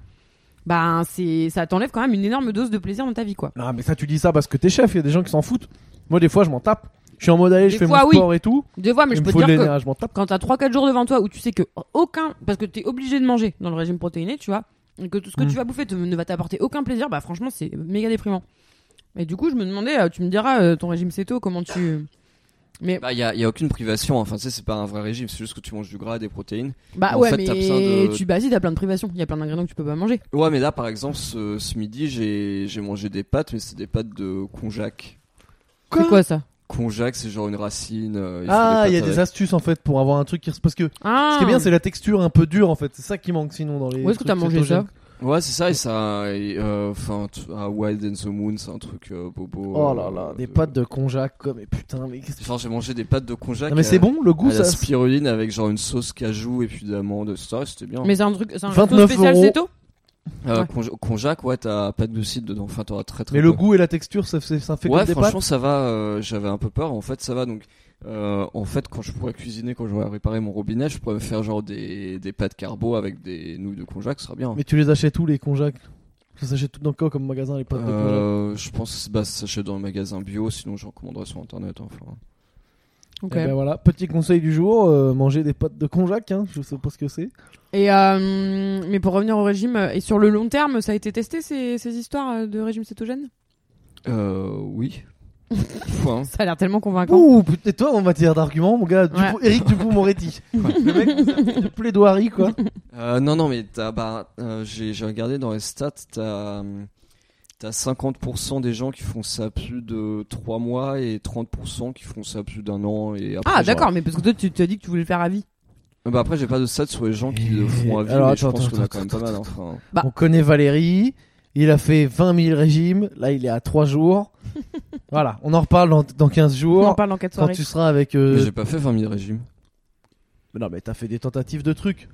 B: ben, c'est, ça t'enlève quand même une énorme dose de plaisir dans ta vie, quoi.
A: Non, mais ça, tu dis ça parce que t'es chef, il y a des gens qui s'en foutent. Moi, des fois, je m'en tape. Je suis en mode allez, je
B: Des
A: fais
B: fois,
A: mon
B: oui.
A: sport et tout.
B: Des fois, mais
A: Il
B: je
A: me
B: peux
A: faut
B: te
A: de
B: dire que
A: l'énergie, je m'en tape.
B: quand t'as 3-4 jours devant toi où tu sais que aucun, parce que t'es obligé de manger dans le régime protéiné, tu vois, et que tout ce que
A: Mm.
B: tu vas bouffer te- ne va t'apporter aucun plaisir, bah, franchement, c'est méga déprimant. Et du coup, je me demandais, euh, tu me diras, euh, ton régime céto, comment tu. Mais,
C: Bah, il y a, y a aucune privation. Enfin, tu sais, c'est pas un vrai régime. C'est juste que tu manges du gras, des protéines.
B: bah,
C: en
B: ouais,
C: fait,
B: mais
C: t'as besoin de-
B: tu, bah, si, t'as plein de privations. Il y a plein d'ingrédients que tu peux pas manger.
C: Ouais, mais là, par exemple, ce, ce midi, j'ai, j'ai mangé des pâtes, mais c'est des pâtes de konjac.
A: Quoi
B: c'est quoi ça?
C: Konjac, c'est genre une racine. euh, ils font
A: Ah, il y a
C: pâtes
A: des
C: avec.
A: astuces en fait pour avoir un truc qui parce que
B: Ah!
A: ce qui est bien c'est la texture un peu dure en fait, c'est ça qui manque sinon dans les
B: Où est-ce que
A: trucs
B: t'as mangé
A: cétogènes.
C: Ouais, c'est ça, et ça. et, euh, Enfin, t- à Wild and the Moon, c'est un truc euh, bobo.
A: Oh
C: euh,
A: là là, des
C: de-
A: pâtes de konjac quoi, mais putain mais qu'est-ce que
C: Genre, j'ai mangé des pâtes de konjac.
A: Non mais c'est
C: à-
A: bon le
C: à
A: goût
C: la
A: ça.
C: spiruline avec genre une sauce cajou et puis d'amande, ça c'était bien.
B: Mais c'est un truc, c'est un
A: 29
B: resto spécial
A: euros.
B: Ceto
C: Euh,
B: Ouais.
C: conj- Konjac, ouais, t'as pas de glucides dedans, enfin t'auras très très
A: Mais
C: peu.
A: le goût et la texture ça, fait- ça fait
C: Ouais,
A: comme des pâtes.
C: franchement ça va, euh, j'avais un peu peur, en fait ça va donc. euh, en fait, quand je pourrais cuisiner, quand j'aurais réparé mon robinet, je pourrais me faire genre des, des pâtes carbo avec des nouilles de Konjac, ce sera bien.
A: Mais tu les achètes où les konjac Tu les achètes tout dans quoi comme magasin les pâtes de konjac
C: Euh, je pense que c'est- bah, ça s'achète dans le magasin bio, sinon je recommanderais sur internet. hein, Enfin.
B: Ok.
A: Eh ben voilà, petit conseil du jour, euh, manger des pâtes de konjac hein, je sais pas ce que c'est.
B: Et euh, mais pour revenir au régime, euh, et sur le long terme, ça a été testé ces, ces histoires euh, de régime cétogène
C: Euh, oui. [laughs] Point.
B: Ça a l'air tellement convaincant.
A: Ouh, putain toi en matière d'argument mon gars,
B: Ah Ouais.
A: Dupont- Eric
B: [laughs]
A: Dupont-Moretti. Le mec de plaidoirie quoi.
C: Euh, non, non, mais t'as, bah, euh, j'ai, j'ai regardé dans les stats, t'as, hum, t'as 50% des gens qui font ça plus de 3 mois et 30% qui font ça plus d'un an. Et après,
B: Ah
C: genre-
B: d'accord, mais parce que toi tu t'as dit que tu voulais le faire à vie.
C: Euh, Bah, après, j'ai pas de stats sur les gens qui le font à vie,
A: Alors,
C: mais
A: attends,
C: je pense
A: attends,
C: qu'on a
A: attends,
C: quand même pas mal. hein, Enfin,
B: Bah.
A: On connaît Valérie. Il a fait 20 000 régimes. Là, il est à 3
B: [laughs]
A: jours. voilà. On en reparle dans, dans 15
B: On
A: jours.
B: en parle dans 4
A: Oh. quand
B: soirées.
A: tu seras avec. euh,
C: Mais j'ai pas fait 20 000 régimes.
A: mais Non, mais t'as fait des tentatives de
B: [laughs]
A: trucs.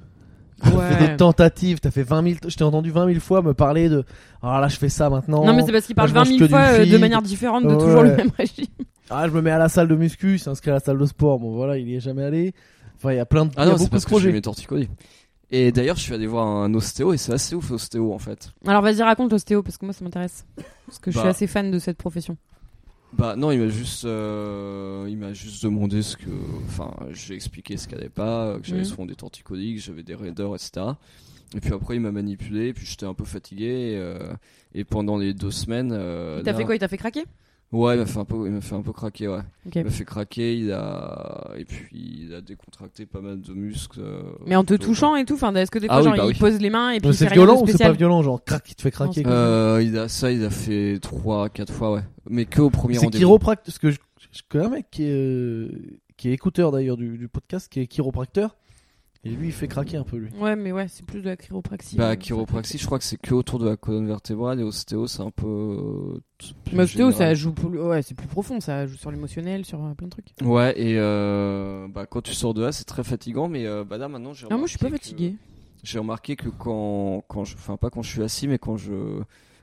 A: Des
B: Ouais.
A: tentatives. T'as fait 20 000. Je t'ai entendu 20 000 fois me parler de. Ah là, je fais ça maintenant.
B: Non mais c'est parce qu'il parle
A: Moi,
B: 20
A: je
B: 000
A: mange que
B: fois
A: du
B: euh, de
A: vide.
B: manière différente de
A: Ouais.
B: toujours le même régime.
A: Ah, je me mets à la salle de muscu. Il s'est inscrit à la salle de sport. Bon, voilà, il y est jamais allé. Enfin, il y a plein de.
C: Ah
A: il y a
C: non, c'est
A: beaucoup
C: parce
A: de
C: que j'ai
A: projets.
C: mes torticolis. Et d'ailleurs, je suis allé voir un ostéo et c'est assez ouf, ostéo, en fait.
B: Alors vas-y raconte l'ostéo parce que moi ça m'intéresse. Parce que je suis
C: Bah.
B: assez fan de cette profession.
C: Bah non, il m'a juste, euh, il m'a juste demandé ce que, enfin, j'ai expliqué ce qu'il allait pas, euh, que j'avais
B: Mhm.
C: souvent des torticolis, que j'avais des raideurs, etc. Et puis après, il m'a manipulé, puis j'étais un peu fatigué. Et, euh, et pendant les deux semaines, euh,
B: Il t'a
C: là-
B: fait quoi Il t'a fait craquer
C: Ouais, il m'a fait un peu, il m'a fait un peu craquer, ouais.
B: Ok.
C: Il m'a fait craquer, il a, et puis il a décontracté pas mal de muscles. euh,
B: Mais en te
C: donc,
B: touchant et tout, enfin est-ce que des
C: Ah
B: fois
C: oui,
B: genre
C: bah
B: il
C: oui.
B: pose les mains et puis
A: Mais
B: il
A: C'est
B: fait rien de
A: violent ou c'est pas
B: spécial
A: violent Genre, crac, il te fait
B: Non,
A: craquer.
B: c'est
A: quoi.
C: Euh, il a ça, il a fait trois, quatre fois, ouais. Mais que au premier
A: C'est
C: rendez-vous.
A: chiropracte. Parce que je, je connais un mec qui est, euh, qui est écouteur d'ailleurs du, du podcast, qui est chiropracteur. Et lui, il fait craquer un peu, lui.
B: Ouais mais ouais c'est plus de la chiropraxie.
C: Bah,
B: euh,
C: chiropraxie, je crois que c'est que autour de la colonne vertébrale et ostéo, c'est un peu. euh, t- plus
B: Mais ostéo, oh, ça
C: général.
B: joue plus... ouais, c'est plus profond, ça joue sur l'émotionnel, sur euh, plein de trucs.
C: Ouais, et euh, bah, quand tu sors de là, c'est très fatigant, mais euh, bah là maintenant j'ai
B: Ah, moi je suis pas
C: remarqué que-
B: fatiguée.
C: J'ai remarqué que quand, quand je. Enfin, pas quand je suis assis, mais quand je,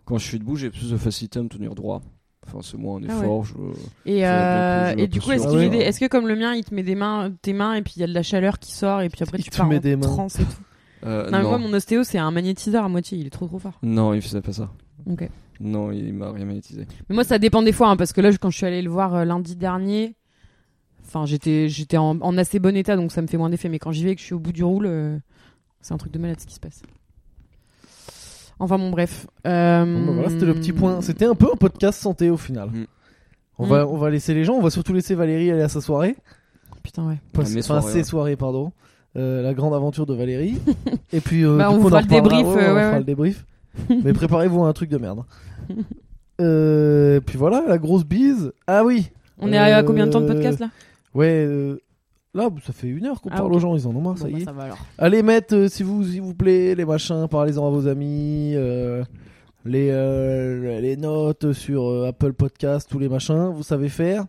C: quand je suis debout, j'ai plus de facilité à me tenir droit. Enfin, c'est moins un
B: Ah ouais.
C: effort.
B: Et,
C: Ça va
B: euh,
C: bien que je
B: et du coup,
C: pousse
B: est-ce
A: sur
B: qu'il
A: le
B: est,
A: corps.
B: est-ce que comme le mien, il te met des mains, tes mains et puis il y a de la chaleur qui sort et puis après
A: Il
B: tu
A: te
B: pars
A: met
B: en
A: des mains. Ah
B: transe et tout.
C: Euh,
B: Non, mais
C: non.
B: moi, mon ostéo, c'est un magnétiseur à moitié. Il est trop trop fort.
C: Non, il faisait pas ça.
B: Ok.
C: Non, il m'a rien magnétisé.
B: Mais moi, ça dépend des fois, hein, parce que là, je- quand je suis allée le voir euh, lundi dernier, enfin, j'étais, j'étais en, en assez bon état, donc ça me fait moins d'effet. Mais quand j'y vais et que je suis au bout du roule, euh, c'est un truc de malade ce qui se passe. Enfin bon, bref. Euh,
A: Bon, bah voilà, c'était le petit point. C'était un peu un podcast santé au final.
C: Mm.
A: On,
B: Mm.
A: va, on va laisser les gens, on va surtout laisser Valérie aller à sa soirée.
B: Putain, ouais.
A: Pas-
C: À mes
A: enfin,
C: soirées,
A: ses
C: ouais.
A: soirées, pardon. Euh, la grande aventure de
B: [laughs]
A: Valérie. Et puis, euh,
B: Bah,
A: du
B: on
A: coup, en
B: fera le
A: reparlera.
B: débrief,
A: Ouais, ouais,
B: euh,
A: on
B: ouais,
A: fera
B: ouais.
A: le
B: [laughs]
A: débrief. Mais préparez-vous à un truc de merde. Euh, puis voilà, la grosse bise. Ah oui,
B: On est à, à combien de temps de
A: Euh,
B: podcast là
A: ouais. euh, là, ça fait une heure qu'on
B: Ah,
A: parle
B: ok.
A: aux gens, ils en ont marre, ça
B: Bon,
A: y
B: bah,
A: est.
B: ça va alors.
A: Allez mettre, euh, s'il vous, s'il vous plaît, les machins, parlez-en à vos amis, euh, les, euh, les notes sur euh, Apple Podcast, tous les machins, vous savez faire.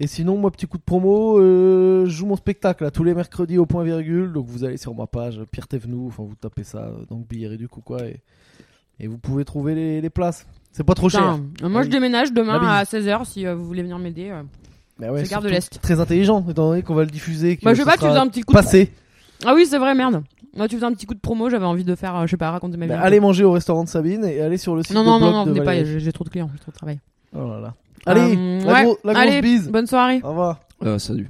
A: Et sinon, moi, petit coup de promo, euh, je joue mon spectacle là, tous les mercredis au point virgule. Donc vous allez sur ma page, Pierre Thévenoud, enfin vous tapez ça, euh, donc billet réduc ou quoi, et, et vous pouvez trouver les, les places. C'est pas trop cher.
B: Putain, euh, moi, je
A: Allez.
B: déménage demain
A: La
B: à 16h si euh, vous voulez venir m'aider. euh.
A: Bah ouais,
B: c'est Gare de
A: surtout,
B: l'Est.
A: c'est Très intelligent, étant donné qu'on va le diffuser. Que
B: Bah, je
A: ce
B: sais pas, tu
A: euh, sera
B: faisais un petit coup de.
A: passé.
B: Ah oui, c'est vrai, merde. Moi, tu faisais un petit coup de promo, j'avais envie de faire, euh, je sais pas, raconter ma vie.
A: Bah, allez manger au restaurant de Sabine et allez sur le site
B: non,
A: de
B: non, non,
A: blog
B: non,
A: de
B: venez pas,
A: Valérie.
B: j'ai j'ai trop de clients, j'ai trop de travail.
A: Oh là là. Allez,
B: Euh,
A: la,
B: ouais.
A: gros- la grosse
B: Allez,
A: bise.
B: Bonne soirée.
A: Au revoir.
C: Euh, salut.